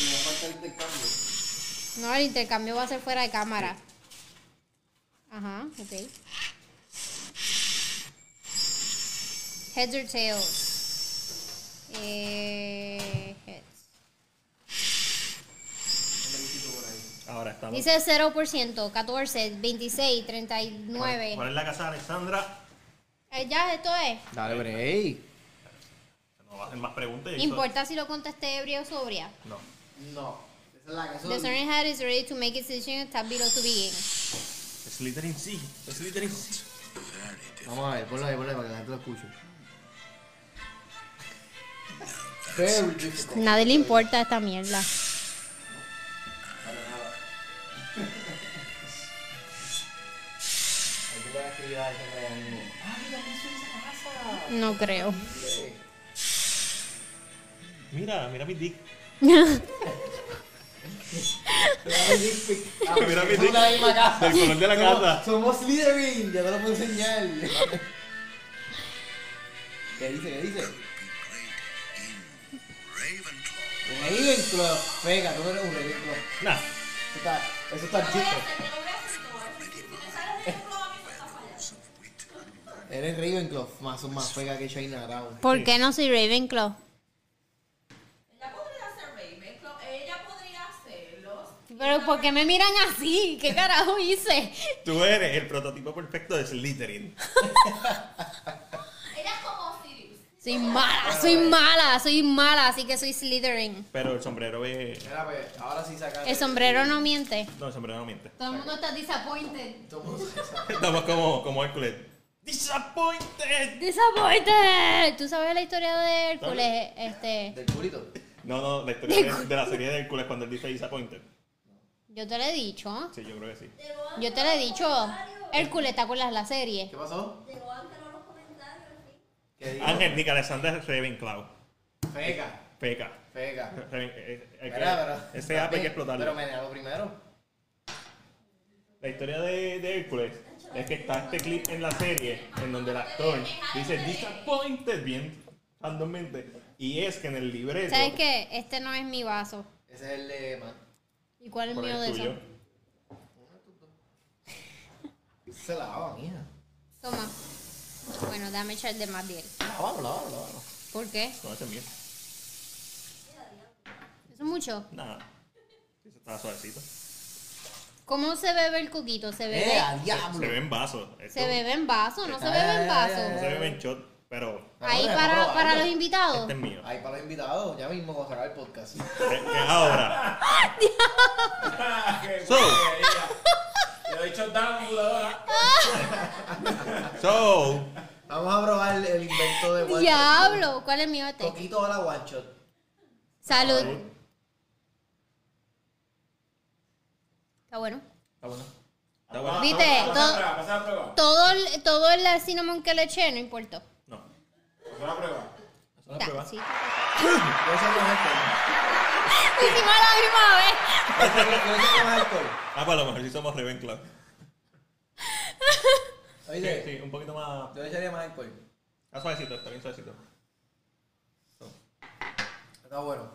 Y me falta el intercambio. No, el intercambio va a ser fuera de cámara. Ajá, ok. Heads or tails. Eh, heads. Ahora estamos. Dice 0%, 14, 26, 39. ¿Cuál es la casa de Alexandra? Eh, ya, esto es. Dale, break. No va a hacer más preguntas. y eso- Importa si lo contesté ebrio o sobria. No. No. Esa es la que The certain head is ready to make its decision tap below to begin. Slytherin sí. Slytherin sí. Vamos a ver, ponlo ahí, ponlo ahí para que la gente lo escuche. Very difficult. Nadie le importa esta mierda. No creo. Mira, mira mi dick. mira mi dick. La misma casa. Del color de la casa. Somos Slytherin, ya te lo puedo enseñar. ¿Qué dice? ¿Qué dice? Ravenclaw. Venga, tú eres un Ravenclaw. Nah. Eso está, eso está chico. Eres Ravenclaw, más o más pega que Shaina Brown. ¿Por qué no soy Ravenclaw? Pero ¿por qué me miran así? ¿Qué carajo hice? Tú eres el prototipo perfecto de Slytherin. Soy mala, soy mala, soy mala, así que soy Slytherin. Pero el sombrero es... Mira, pues, ahora sí sacaste. El sombrero no miente. No, el sombrero no miente. Todo el mundo está disappointed. Estamos como, como Hércules. Disappointed. ¡Disappointed! ¿Tú sabes la historia de Hércules? Este, Del culito. No, no, la historia de, de la serie de Hércules cuando él dice disappointed. yo te lo he dicho. Sí, yo creo que sí. Yo te lo he dicho. Hércules, ¿te acuerdas la serie? ¿Qué pasó? ¿Qué dijo? Ángel, Nick Alexander Ravenclaw. Pega, Peca. pega. Raven- eh, eh, hay que- Espera, pero. Ese app hay que explotarlo. Pero menealo primero. La historia de, de Hércules es que está este clip en la serie en donde el actor dice disappointed bien randommente y es que en el libreto ¿Sabes qué? Este no es mi vaso. Ese es el de Man. ¿Y cuál es el por mío de el tuyo eso? Se lava, mija. Toma. Bueno, dame echar de más bien. Lávalo, lávalo, lávalo. ¿Por qué? ¿Eso no ese es mío es mucho? nada ese estaba suavecito se ¿Cómo se bebe el coquito? ¿Se bebe, ¡Eh, a diablo! bebe en vaso Esto se bebe en vaso? ¿No se Ah, bebe en no vaso? se bebe en shot pero Ahí Ahora, para, vamos para probando. los invitados. este es mío Ahí para los invitados, ya mismo cuando sacar el podcast. Eh, que ahora So. Le doy shutdown, jugadora. so Vamos a probar el, el invento de One Diablo, ¿cuál es el mío Shot. este? Coquito a la One Shot. Salud. Está bueno. está bueno está bueno ¿Viste? Pasa la Todo- prueba, pasa la prueba. Todo el, todo el cinnamon que le eché no importó. no Pasa la prueba. es una Ta- prueba sí. Yo sé que es alcohol. Hicimos la misma vez. Yo sé que es alcohol. ah pues a lo mejor sí somos Ravenclaw sí, Oye, sí un poquito más yo le echaría más alcohol. está suavecito está bien suavecito Está bueno.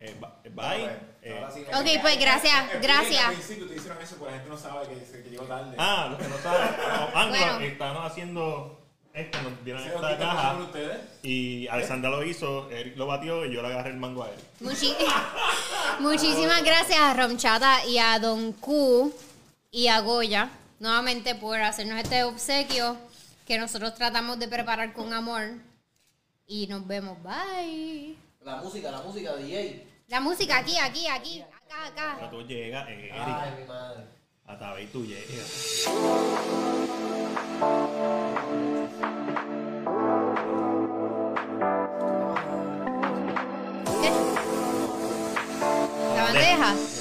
eh, ba- eh, bye eh, Ahora sí. Ok, pues gracias, Al gracias. principio te hicieron eso porque la gente no sabe que, que llegó tarde. Ah, los que no saben. Bueno, Bueno. estamos haciendo es cuando tiran ¿Se lo esta quitan caja. con ustedes? Y Alexandra lo hizo, Eric lo batió y yo le agarré el mango a Eric. Muchi- Muchísimas gracias a Romchata y a Don Q y a Goya nuevamente por hacernos este obsequio que nosotros tratamos de preparar con amor. Y nos vemos, bye. La música, la música, DJ. La música aquí, aquí, aquí, acá, acá. Pero tú llegas, eh, Eric, Ay, mi madre. a y tú llegas. ¿Qué? La bandeja.